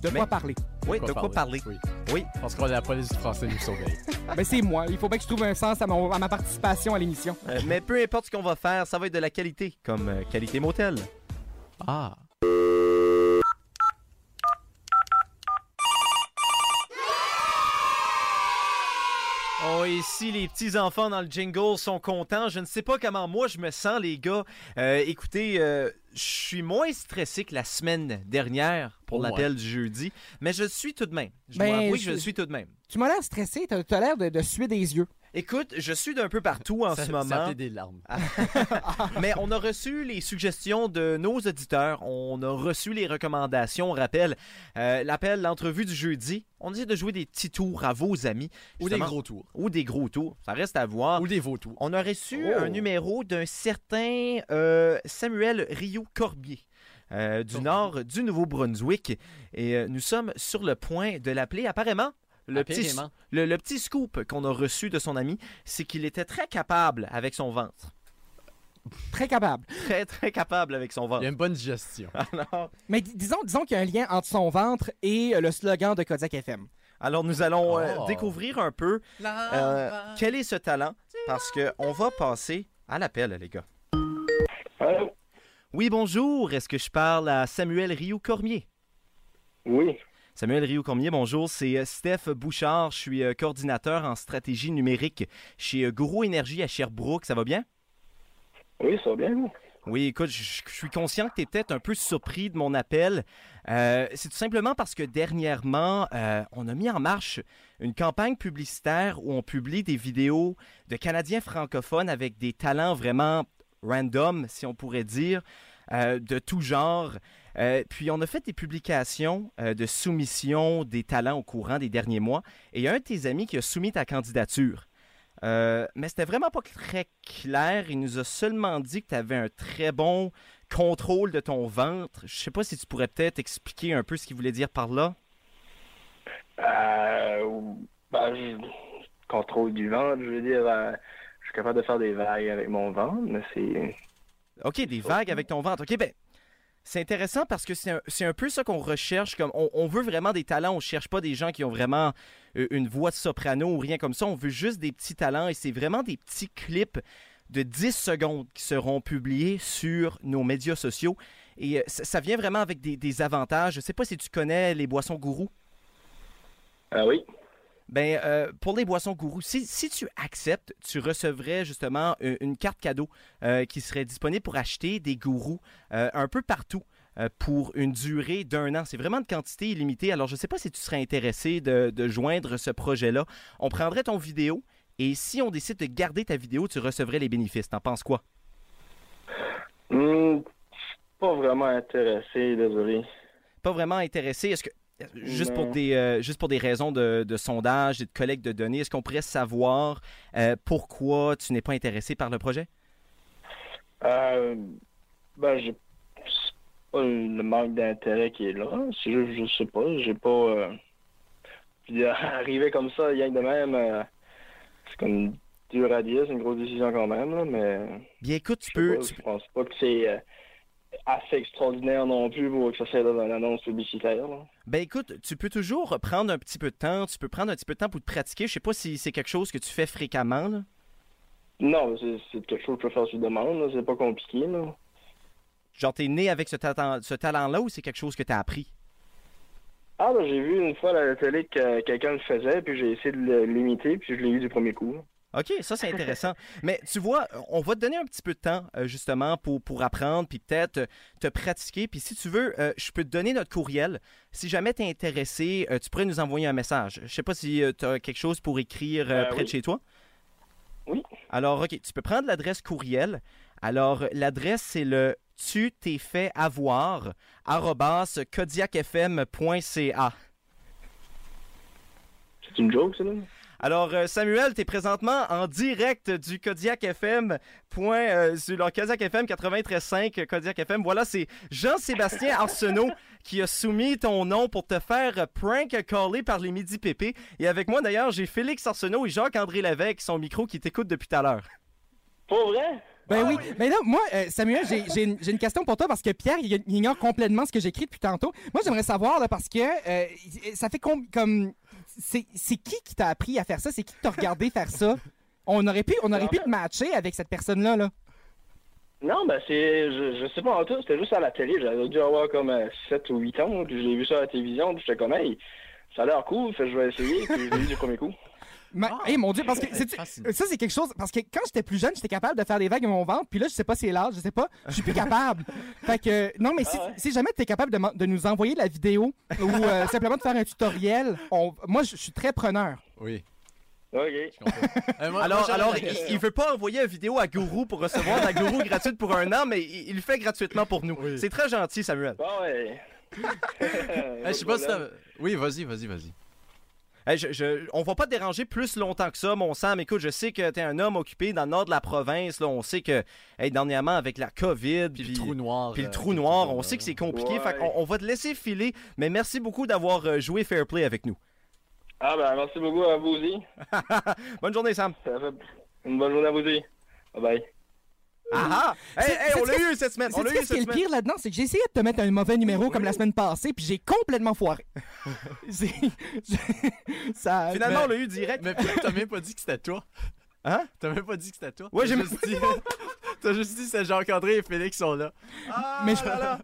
S4: De quoi
S1: Mais-
S4: parler.
S1: Oui, de quoi parler.
S3: Oui.
S1: Oui.
S3: Je pense qu'on a la police du français nous surveille.
S4: Ben, c'est moi. Il faut bien que je trouve un sens à, mon- à ma participation à l'émission.
S1: Euh, mais peu importe ce qu'on va faire, ça va être de la qualité, comme euh, qualité motel.
S3: Ah.
S1: Oh, ici, les petits-enfants dans le jingle sont contents. Je ne sais pas comment moi je me sens, les gars. Euh, écoutez, euh, je suis moins stressé que la semaine dernière pour
S3: Oh,
S1: l'appel du jeudi, mais je le suis tout de même. Je
S4: Ben,
S1: dois avouer que je
S4: je-
S1: le suis tout de même.
S4: Tu m'as l'air stressé. T'as t'as l'air de, de suer des yeux.
S1: Écoute, je suis d'un peu partout en
S3: ça,
S1: ce
S3: ça
S1: moment.
S3: fait des larmes.
S1: Mais on a reçu les suggestions de nos auditeurs, on a reçu les recommandations, on rappelle euh, l'appel, l'entrevue du jeudi. On essaie de jouer des petits tours à vos amis.
S3: Ou des
S1: justement,
S3: gros tours.
S1: Ou des gros tours, ça reste à voir.
S3: Ou des vautours.
S1: On a reçu
S3: Oh.
S1: un numéro d'un certain euh, Samuel Rio Corbier. euh, du
S3: Corbier.
S1: nord du Nouveau-Brunswick. Et euh, nous sommes sur le point de l'appeler. Apparemment, le petit,
S3: Apparemment.
S1: le, le petit scoop qu'on a reçu de son ami, c'est qu'il était très capable avec son ventre.
S4: Très capable.
S1: Très, très capable avec son
S3: Il y a
S1: ventre.
S3: une bonne digestion.
S1: Alors,
S4: Mais dis- disons, disons qu'il y a un lien entre son ventre et euh, le slogan de Kodak FM.
S1: alors nous allons euh,
S3: Oh.
S1: découvrir un peu euh, quel est ce talent parce qu'on va passer à l'appel, les gars.
S6: Allô?
S1: Oui, bonjour. Est-ce que je parle à Samuel Rio Cormier?
S6: Oui.
S1: Samuel Rio-Cormier, bonjour. C'est euh, Steph Bouchard. Je suis euh, coordinateur en stratégie numérique chez euh, Gourou Énergie à Sherbrooke. Ça va bien?
S6: Oui, ça va bien, vous?
S1: Oui, écoute, je je- je suis conscient que tu es peut-être un peu surpris de mon appel. Euh, C'est tout simplement parce que dernièrement, euh, on a mis en marche une campagne publicitaire où on publie des vidéos de Canadiens francophones avec des talents vraiment random, si on pourrait dire, euh, de tout genre. Euh, puis on a fait des publications euh, de soumission des talents au courant des derniers mois. Et il y a un de tes amis qui a soumis ta candidature. Euh, mais c'était vraiment pas très clair. Il nous a seulement dit que tu avais un très bon contrôle de ton ventre. Je sais pas si tu pourrais peut-être expliquer un peu ce qu'il voulait dire par là.
S6: Euh, ben, je- contrôle du ventre, je veux dire, euh, je suis capable de faire des vagues avec mon ventre, mais c'est...
S1: OK, des vagues avec ton ventre. OK, ben, c'est intéressant parce que c'est un, c'est un peu ça qu'on recherche. Comme on, on veut vraiment des talents. On cherche pas des gens qui ont vraiment euh, une voix de soprano ou rien comme ça. On veut juste des petits talents et c'est vraiment des petits clips de 10 secondes qui seront publiés sur nos médias sociaux. Et euh, ça, ça vient vraiment avec des, des avantages. Je sais pas si tu connais les boissons gourous.
S6: Ah oui?
S1: Ben, euh, pour les boissons gourous, si, si tu acceptes, tu recevrais justement euh, une carte cadeau euh, qui serait disponible pour acheter des gourous euh, un peu partout euh, pour une durée d'un an. C'est vraiment une quantité illimitée. Alors, je ne sais pas si tu serais intéressé de, de joindre ce projet-là. On prendrait ton vidéo et si on décide de garder ta vidéo, tu recevrais les bénéfices. T'en penses quoi?
S6: Hmm, je suis pas vraiment intéressé, désolé.
S1: Pas vraiment intéressé. Est-ce que. Juste pour,
S6: Non.
S1: des, euh, juste pour des raisons de, de sondage et de collecte de données, est-ce qu'on pourrait savoir euh, pourquoi tu n'es pas intéressé par le projet?
S6: Euh, ben, j'ai... c'est pas le manque d'intérêt qui est là, c'est juste, je sais pas, j'ai pas... euh, Puis euh, (laughs) arriver comme ça, rien que de même, euh, c'est comme dur à dire, c'est une grosse décision quand même, là, mais...
S1: Bien écoute, tu peux.
S6: Je sais pas,
S1: tu
S6: Je pense pas que c'est euh, assez extraordinaire non plus pour que ça soit dans une annonce publicitaire. là.
S1: peux- ben écoute, tu peux toujours prendre un petit peu de temps. Tu peux prendre un petit peu de temps pour te pratiquer. Je sais pas si c'est quelque chose que tu fais fréquemment. là.
S6: Non, mais c'est- c'est quelque chose que je peux faire sur demande, là, c'est pas compliqué. Là.
S1: Genre, t'es né avec ce, talent- ce talent-là ou c'est quelque chose que t'as appris?
S6: Ah, ben, j'ai vu une fois à la télé que quelqu'un le faisait, puis j'ai essayé de le- l'imiter, puis je l'ai eu du premier coup. là.
S1: Ok, ça c'est intéressant. Mais tu vois, on va te donner un petit peu de temps euh, justement pour, pour apprendre, puis peut-être euh, te pratiquer. Puis si tu veux, euh, je peux te donner notre courriel. Si jamais t'es intéressé, euh, tu pourrais nous envoyer un message. Je sais pas si tu as quelque chose pour écrire euh,
S6: Euh,
S1: près
S6: oui.
S1: de chez toi.
S6: Oui.
S1: Alors, ok, tu peux prendre l'adresse courriel. Alors, euh, l'adresse c'est le tu t'es fait avoir arobase kodiakfm.ca.
S6: C'est une joke, ça, là?
S1: Alors, euh, Samuel, tu es présentement en direct du Kodiak FM. Point, euh, sur leur Kodiak FM 93.5 euh, Kodiak FM. Voilà, c'est
S3: (laughs)
S1: Jean-Sébastien Arsenault qui a soumis ton nom pour te faire euh, prank caller par les Midi PP. Et avec moi, d'ailleurs, j'ai Félix Arsenault et Jacques-André Lévesque, son micro, qui t'écoute depuis tout à l'heure.
S6: Pas vrai?
S4: Ben oui. Mais là, moi, euh, Samuel, j'ai- j'ai une, j'ai une question pour toi parce que Pierre, il il ignore complètement ce que j'écris depuis tantôt. Moi, j'aimerais savoir, là, parce que euh, ça fait com- comme. c'est c'est qui qui t'a appris à faire ça? C'est qui qui t'a regardé faire ça? On aurait pu, on aurait pu te matcher avec cette personne-là. Là.
S6: Non, ben c'est. Je, je sais pas en tout, c'était juste à la télé. J'avais dû avoir comme euh, 7 ou 8 ans, puis j'ai vu ça à la télévision, puis j'étais comme, hey, ça a l'air cool, fait que je vais essayer, puis je l'ai eu du premier coup.
S4: Ma-
S3: Ah!
S4: hey, mon Dieu, parce que c'est-
S3: Fascinant.
S4: ça, c'est quelque chose. Parce que quand j'étais plus jeune, j'étais capable de faire des vagues à mon ventre, puis là, je sais pas c'est l'âge, je sais pas, je suis plus capable. fait que, euh, non, mais si,
S6: Ah ouais.
S4: si jamais tu es capable de, m'en- de nous envoyer la vidéo ou euh, simplement de faire un tutoriel, on- moi, je je suis très preneur.
S3: (laughs) Oui.
S6: Ok.
S3: je comprends. Euh, moi- moi,
S1: Alors,
S3: j'avais
S1: alors
S3: la
S1: il,
S3: question.
S1: il veut pas envoyer une vidéo à Gourou pour recevoir la Gourou gratuite pour un an, mais il, il le fait gratuitement pour nous.
S3: Oui.
S1: C'est très gentil, Samuel.
S6: Bon, ouais. (laughs)
S3: Euh, je sais pas si t'as- Oui, vas-y, vas-y, vas-y.
S1: Hey, je, je- on va pas te déranger plus longtemps que ça, mon Sam. Écoute, je sais que t'es un homme occupé dans le nord de la province. Là, on sait que, hey, dernièrement, avec la COVID,
S3: Puis le trou noir.
S1: puis le
S3: euh,
S1: trou noir, on
S3: euh,
S1: sait que c'est compliqué.
S6: Ouais.
S1: Fait qu'on- on, va te laisser filer, mais merci beaucoup d'avoir euh, joué Fair Play avec nous.
S6: Ah, ben, merci beaucoup à vous aussi.
S1: Bonne journée, Sam.
S6: Ça fait une bonne journée à vous aussi. Bye bye.
S1: Ah ah! Hey,
S4: Mm. C'est-
S1: hey,
S4: c'est
S1: on l'a
S4: ce
S1: eu cette semaine.
S4: C'est
S1: On l'a eu
S4: ce qui est
S1: cette
S4: le
S1: semaine.
S4: pire là-dedans, c'est que j'ai essayé de te mettre un mauvais numéro comme la semaine passée, puis j'ai
S1: (laughs)
S4: complètement foiré. C'est- ça,
S1: Finalement, on l'a eu direct.
S3: (laughs) Mais Pierre, t'as même pas dit que c'était toi.
S1: Hein?
S3: T'as même pas dit que c'était toi.
S1: Ouais,
S3: T'as
S1: j'ai même
S3: juste dit. (laughs) T'as juste dit c'est Jean-André et Félix sont là.
S4: Ah! mais je,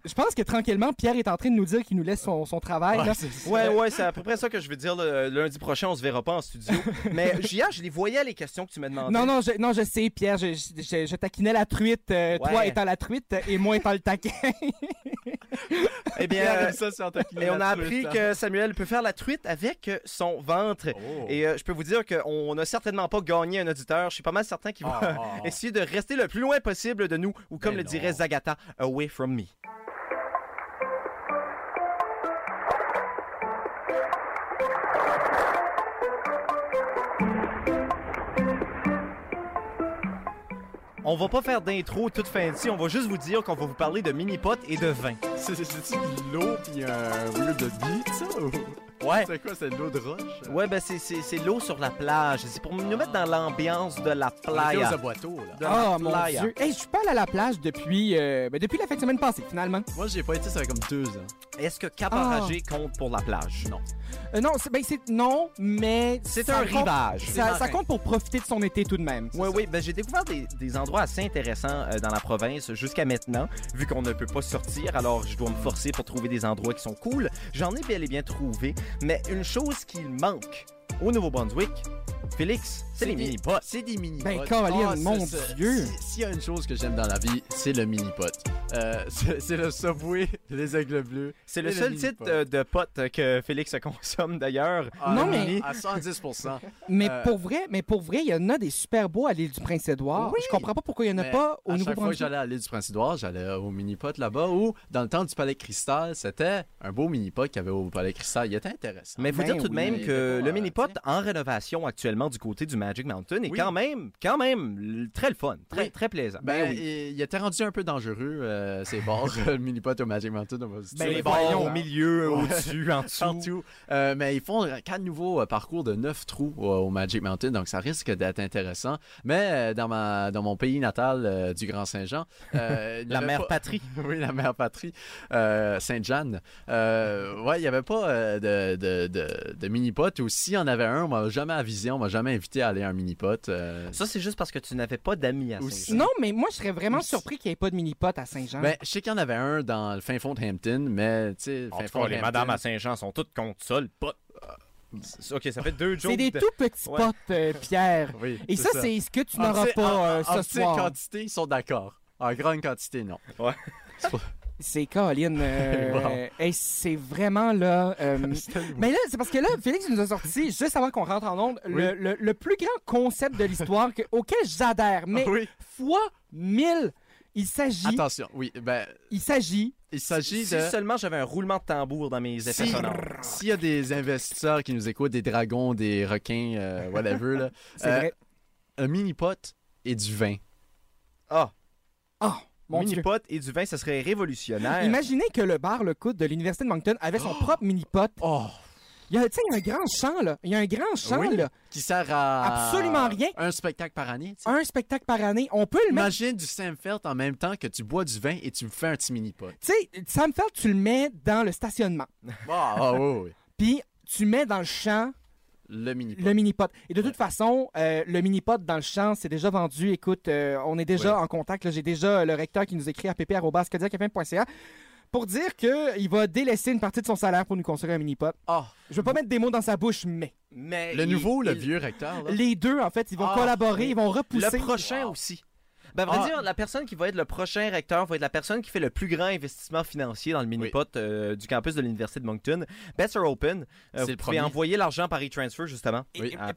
S4: je pense que tranquillement, Pierre est en train de nous dire qu'il nous laisse son, son travail. là.
S1: Ouais, ouais, c'est à peu près ça que je veux dire. là. Lundi prochain, on se verra pas en
S4: (laughs)
S1: studio. Mais Gia, je les voyais les questions que tu me demandais.
S4: Non, non, je, non, je sais, Pierre, je, je- je- je taquinais la truite, euh,
S1: Ouais.
S4: toi étant la truite euh, et moi étant le taquin.
S1: Eh bien,
S3: Pierre
S1: euh,
S3: aime ça sur
S1: (laughs)
S3: Tokyo
S1: et on a
S3: Nature,
S1: appris
S3: ça.
S1: que Samuel peut faire la truite avec euh, son ventre.
S3: Oh.
S1: Et euh, je peux vous dire qu'on n'a certainement pas gagné un auditeur. Je suis pas mal certain qu'il va
S3: Ah, ah,
S1: (laughs)
S3: ah.
S1: essayer de rester le plus loin possible de nous, ou comme
S3: Ben
S1: le
S3: non.
S1: dirait Zagata, away from me. On va pas faire d'intro toute fin ici, on va juste vous dire qu'on va vous parler de mini-potes et de vin.
S3: C'est c'est-tu de l'eau pis un bleu de bite, ça? ou-
S1: Ouais.
S3: C'est quoi, c'est de l'eau de roche?
S1: Ouais, ben c'est- c'est c'est l'eau sur la plage. C'est pour nous mettre dans l'ambiance de la
S3: On était
S1: playa.
S3: aux aboiteaux, là.
S1: (laughs) De la
S4: oh mon
S1: playa.
S4: dieu. Hey, je suis pas allé à la plage depuis, euh, ben, depuis la fin de semaine passée, finalement.
S3: Moi, j'ai pas été, ça fait comme deux ans.
S1: Est-ce que Cabaragé compte pour la plage? Non.
S4: Euh, non, c'est, ben, c'est, non, mais.
S1: C'est
S4: ça
S1: un
S4: compte-
S1: rivage.
S3: C'est
S4: Ça, ça
S3: marin.
S4: compte pour profiter de son été tout de même.
S1: Oui, oui, ben, j'ai découvert des, des endroits assez intéressants euh, dans la province jusqu'à maintenant, vu qu'on ne peut pas sortir, alors je dois me forcer pour trouver des endroits qui sont cool. J'en ai bel et bien trouvé, mais une chose qui manque au Nouveau-Brunswick, Félix, c'est les
S3: des-
S1: mini-pots.
S3: C'est des Ah, mini
S4: Ben, Caroline, mon Dieu.
S3: S'il y a une chose que j'aime dans la vie, c'est le mini-pot. Euh, (laughs) c'est c'est le Subway, les aigles bleus.
S1: C'est le
S3: et le
S1: seul
S3: mini-pot.
S1: titre euh, de pote que Félix consomme d'ailleurs.
S3: Ah,
S4: Non,
S1: mais-
S3: À
S4: (laughs)
S3: 110%.
S4: Mais
S3: Euh,
S4: pour vrai, mais pour vrai, il y en a des super beaux à l'île du Prince-Édouard.
S3: Oui.
S4: Je comprends pas pourquoi il y en a
S3: Mais
S4: pas au
S3: à chaque fois que
S4: Nouveau-Brunswick.
S3: j'allais à l'île du Prince-Édouard, j'allais euh, au mini-pot là-bas ou dans le temps du Palais Cristal, c'était un beau mini-pot qu'il y avait au Palais Cristal. Il était intéressant.
S1: Mais il faut
S4: Ben
S1: dire tout de
S4: oui,
S1: même
S3: mais il
S1: que
S3: était pas,
S1: le
S3: euh,
S1: mini-pot en rénovation actuellement du côté du Magic Mountain est
S3: Oui.
S1: quand même, quand même, l- très le fun, très,
S3: Oui.
S1: très plaisant.
S3: Ben, il, il était rendu un peu dangereux, euh, ces bords, (laughs) le mini-pot au Magic Mountain. on va se
S1: Sur
S4: Ben,
S3: dire.
S1: les
S4: voyons.
S1: bords, au milieu, au-dessus, en dessous.
S3: partout. Euh, mais ils font quatre nouveaux euh, parcours de neuf trous euh, au Magic Mountain, donc ça risque d'être intéressant. Mais euh, dans, ma, dans mon pays natal euh, du Grand Saint-Jean,
S4: (laughs)
S3: euh, il y
S1: La
S3: avait
S1: mère
S3: pas-
S1: patrie.
S3: (laughs) oui, la mère patrie, euh, Sainte-Jeanne. Euh, ouais, il n'y avait pas euh, de, de, de, de mini-pot, ou s'il y en avait un, on m'a jamais avisé, on m'a jamais invité à aller à un mini-pot. euh.
S4: Hein?
S1: Ça, c'est juste parce que tu n'avais pas d'amis à
S3: Ou
S1: Saint-Jean.
S4: Non, mais moi, je serais vraiment
S3: Aussi.
S4: surpris qu'il n'y ait pas de mini-pot à Saint-Jean.
S3: Ben, je sais qu'il y en avait un dans le fin fond de Hampton, mais tu sais, le fin fond de Hampton-
S1: Saint-Jean sont toutes contre ça, le pot. Ok, ça fait deux
S4: c'est
S1: jokes.
S4: des
S1: de-
S4: tout petits
S1: Ouais.
S4: potes,
S3: (laughs)
S4: euh, Pierre.
S3: Oui,
S4: Et ça, c'est ce que tu
S3: En
S4: n'auras
S3: petit- en-
S4: pas euh,
S3: en
S4: ce
S3: petite
S4: soir.
S3: quantité, ils sont d'accord. En grande quantité, non.
S4: C'est Colin.
S3: (laughs)
S4: euh,
S3: Wow.
S4: hey, c'est vraiment là. euh,
S3: (laughs)
S4: mais là, c'est parce que là, Félix nous a sorti, juste avant qu'on rentre en onde, le, le- le plus grand concept de l'histoire que- auquel j'adhère, mais
S3: Oui.
S4: fois mille. Il s'agit,
S3: Attention, oui, ben,
S4: il s'agit,
S3: il s'agit
S1: Si
S3: de...
S1: seulement j'avais un roulement de tambour dans mes effets
S3: Si-
S1: sonores.
S3: S'il y a des investisseurs qui nous écoutent, des dragons, des requins,
S4: (laughs)
S3: euh, whatever, là,
S4: c'est
S3: Euh,
S4: vrai.
S3: un mini-pot et du vin.
S1: Ah,
S4: Ah, mon Dieu.
S1: mini-pot et du vin, ça serait révolutionnaire.
S4: Imaginez que le bar Le Coude de l'Université de Moncton avait son propre mini-pot.
S3: Oh!
S4: Il y a, tu sais, il y a un grand champ, là. Il y a un
S1: Ah
S4: grand champ,
S3: Oui.
S4: là.
S3: Qui sert à...
S4: Absolument rien.
S3: Un spectacle par année, tu sais.
S4: Un spectacle par année. On peut le mettre
S3: Imagine du Samfelt en même temps que tu bois du vin et tu me fais un petit mini-pot.
S4: Tu sais, Sam Feld, tu le mets dans le stationnement.
S3: Ah, ah, oui, oui.
S4: Puis tu mets dans le champ
S3: le mini
S4: Le mini-pot. Et de toute façon, euh, le mini-pot dans le champ, c'est déjà vendu. Écoute, euh, on est déjà en contact. là. J'ai déjà euh, le recteur qui nous écrit à pp.ca pour dire qu'il va délaisser une partie de son salaire pour nous construire un mini-pot.
S1: Ah.
S4: Je veux pas mettre des mots dans sa bouche, mais
S1: Mais
S3: Le
S1: il-
S3: nouveau, le
S1: il-
S3: vieux recteur, là.
S4: les deux, en fait, ils vont
S1: Ah,
S4: collaborer,
S1: mais
S4: ils vont
S1: Le
S4: repousser.
S1: prochain aussi. Ben, à vrai
S4: Ah.
S1: dire, la personne qui va être le prochain recteur va être la personne qui fait le plus grand investissement financier dans le mini-pot euh, du campus de l'Université de Moncton. Bets are open. Euh, vous
S3: le
S1: pouvez
S3: premier.
S1: envoyer l'argent par e-transfer, justement,
S4: Et- et-
S1: à
S4: et-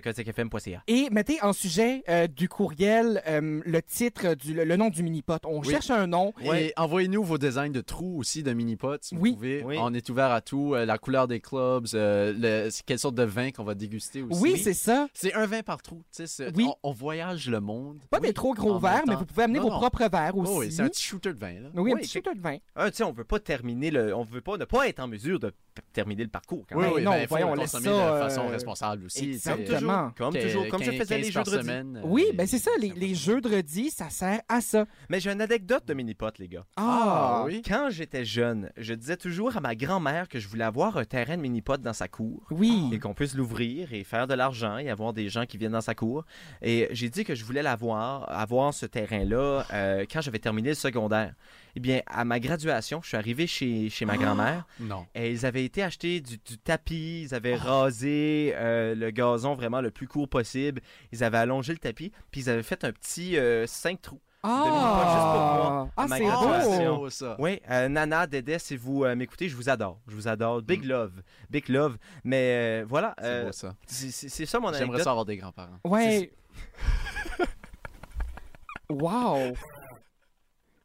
S1: pp.kzkfm.ca.
S4: Et mettez en sujet euh, du courriel euh, le titre, du, le, le nom du mini-pot. On
S3: Oui.
S4: cherche un nom.
S3: Et envoyez-nous vos designs de trous aussi de mini-pots, si vous
S4: Oui.
S3: pouvez.
S1: Oui.
S3: On est ouvert à tout. euh, la couleur des clubs, euh, le- c'est quelle sorte de vin qu'on va déguster aussi.
S4: Oui, c'est ça.
S3: C'est un vin par trou. tu sais, c'est-
S4: Oui.
S3: On, on voyage le monde.
S4: Pas
S3: Oui,
S4: des trop gros
S3: en
S4: verres,
S3: même
S4: mais
S3: temps.
S4: vous pouvez amener
S3: Non,
S4: vos
S3: non.
S4: propres verres aussi.
S3: Oh, oui, c'est un petit shooter de vin. Là.
S4: Oui, un
S1: Oui, Euh,
S4: petit
S1: que-
S4: shooter de vin.
S1: Un, Ah, tu sais, on veut pas terminer le, on veut pas ne pas être en mesure de p- terminer le parcours. Quand même.
S4: oui, Ben non,
S3: ben, faut
S4: voyons,
S3: le
S4: laisse
S3: consommer
S4: ça,
S3: de
S4: euh,
S3: façon responsable aussi. tu
S4: exactement.
S3: sais.
S4: Exactement.
S1: Comme
S3: Quin-
S1: toujours, comme je
S3: quin-
S1: faisais les
S3: 15
S1: jeux
S3: par
S1: de redis.
S3: semaine, euh,
S4: Oui,
S3: et-
S4: ben c'est ça, les, les jeux de redis, ça sert à ça.
S1: Mais j'ai une anecdote de mini-pot, les gars.
S4: Ah, oui.
S3: oui.
S1: Quand j'étais jeune, je disais toujours à ma grand-mère que je voulais avoir un terrain de mini-pot dans sa cour.
S3: Mm.
S1: et qu'on puisse l'ouvrir et faire de l'argent et avoir des gens qui viennent dans sa cour. Et j'ai dit que je voulais l'avoir, avoir ce terrain-là euh, quand j'avais terminé le secondaire. Eh bien, à ma graduation, je suis arrivé chez, chez ma grand-mère
S3: Ah! Non. Ah!
S1: et ils avaient été acheter du, du tapis, ils avaient rasé euh, le gazon vraiment le plus court possible, ils avaient allongé le tapis, puis ils avaient fait un petit 5 trous. pas juste pour
S4: Ah,
S1: moi,
S4: ah
S1: à ma
S4: c'est
S1: graduation.
S4: beau.
S3: Oh, ça.
S1: Oui, euh, Nana, Dédé, si vous euh, m'écoutez, je vous adore, je vous adore. Big love, big love. Mais euh, voilà,
S3: Mm. C'est
S1: euh,
S3: beau, ça.
S1: c'est c'est- c'est ça mon
S3: J'aimerais
S1: anecdote.
S3: ça avoir des grands-parents.
S4: Ouais. (laughs) wow.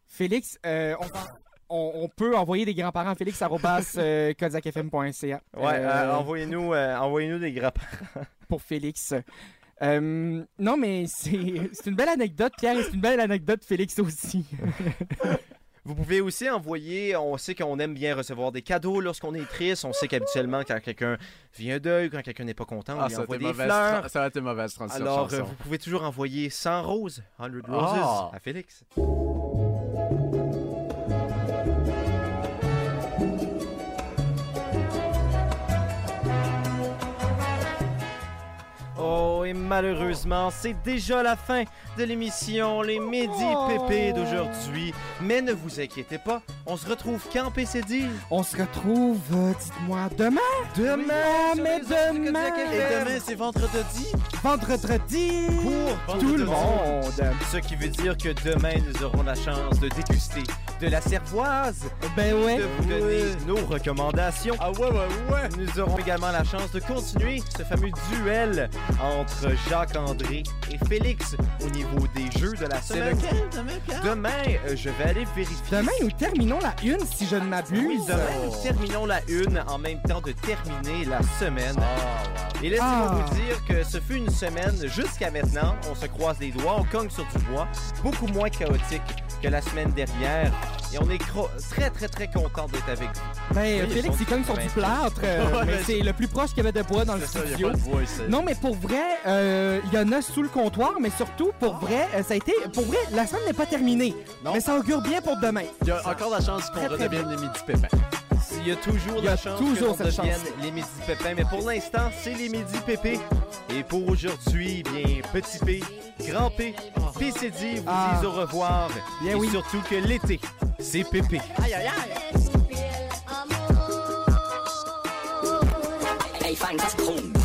S4: Félix, euh, on, va- on- on peut envoyer des grands-parents à Félix arrobas,
S1: (laughs)
S4: euh, kodiakfm.ca.
S1: Ouais,
S4: Euh,
S1: euh, envoyez-nous euh, envoyez-nous des grappes.
S4: pour Félix. Euh, non, mais c'est c'est une belle anecdote, Pierre, et c'est une belle anecdote, Félix aussi.
S1: Vous pouvez aussi envoyer, on sait qu'on aime bien recevoir des cadeaux lorsqu'on est triste, on sait qu'habituellement quand quelqu'un vient d'œil, quand quelqu'un n'est pas content, on
S3: Ah,
S1: lui
S3: ça a été
S1: envoie des
S3: mauvaise
S1: fleurs.
S3: tra- ça a été mauvaise transition.
S1: Alors, euh,
S3: chanson.
S1: vous pouvez toujours envoyer 100 roses, 100 roses
S3: Ah.
S1: à Félix. Oh, et malheureusement, c'est déjà la fin de l'émission Les Midi
S4: Oh!
S1: Pépés d'aujourd'hui. Mais ne vous inquiétez pas, on se retrouve quand PCD?
S4: On se retrouve, euh, dites-moi, demain. Demain, mais demain.
S1: Et demain,
S3: c'est vendredi.
S4: Vendredi.
S1: pour
S4: Tout le monde.
S1: Ce qui veut dire que demain, nous aurons la chance de déguster de la cervoise,
S4: Ben ouais.
S1: de vous donner nos recommandations.
S3: Ah ouais, ouais, ouais.
S1: Nous aurons également la chance de continuer ce fameux duel entre Jacques-André et Félix au niveau des jeux de la semaine.
S3: demain, Pierre?
S1: Demain, euh, je vais aller vérifier.
S4: Demain, nous terminons la une, si je ne
S1: Oui,
S4: m'abuse.
S1: demain, nous terminons la une en même temps de terminer la semaine. Et laissez-moi
S4: Ah.
S1: vous dire que ce fut une semaine jusqu'à maintenant. On se croise les doigts, on cogne sur du bois, beaucoup moins chaotique que la semaine dernière. Et on est cro- très, très, très content d'être avec vous.
S4: Ben,
S1: Oui, ils
S4: Félix,
S1: sont
S4: il cogne sur du plâtre, euh,
S3: (laughs) Ouais,
S4: mais
S3: mais-
S4: c'est le plus proche qu'il y avait de bois dans le
S3: C'est ça, il n'y a
S4: studio.
S3: pas de voix ici.
S4: Non, mais pour vrai, euh, il y en a sous le comptoir, mais surtout, pour vrai, euh, ça a été... Pour vrai, la semaine n'est pas terminée,
S3: Non.
S4: mais ça augure bien pour demain.
S3: Il y a encore la chance qu'on
S4: Très, très
S3: redevienne les midi pépins.
S1: Il y a toujours
S4: Il y a
S1: la chance
S4: toujours
S1: que l'on
S4: cette
S1: devienne
S4: chance-là.
S1: les Midi Pépins. Mais pour l'instant, c'est les Midi Pépés. Et pour aujourd'hui, bien, petit P, grand P, PCD vous
S4: Ah.
S1: disent au revoir.
S4: Bien
S1: et
S4: oui.
S1: surtout que l'été, c'est Pépé.
S5: Hey, fang, that's cool.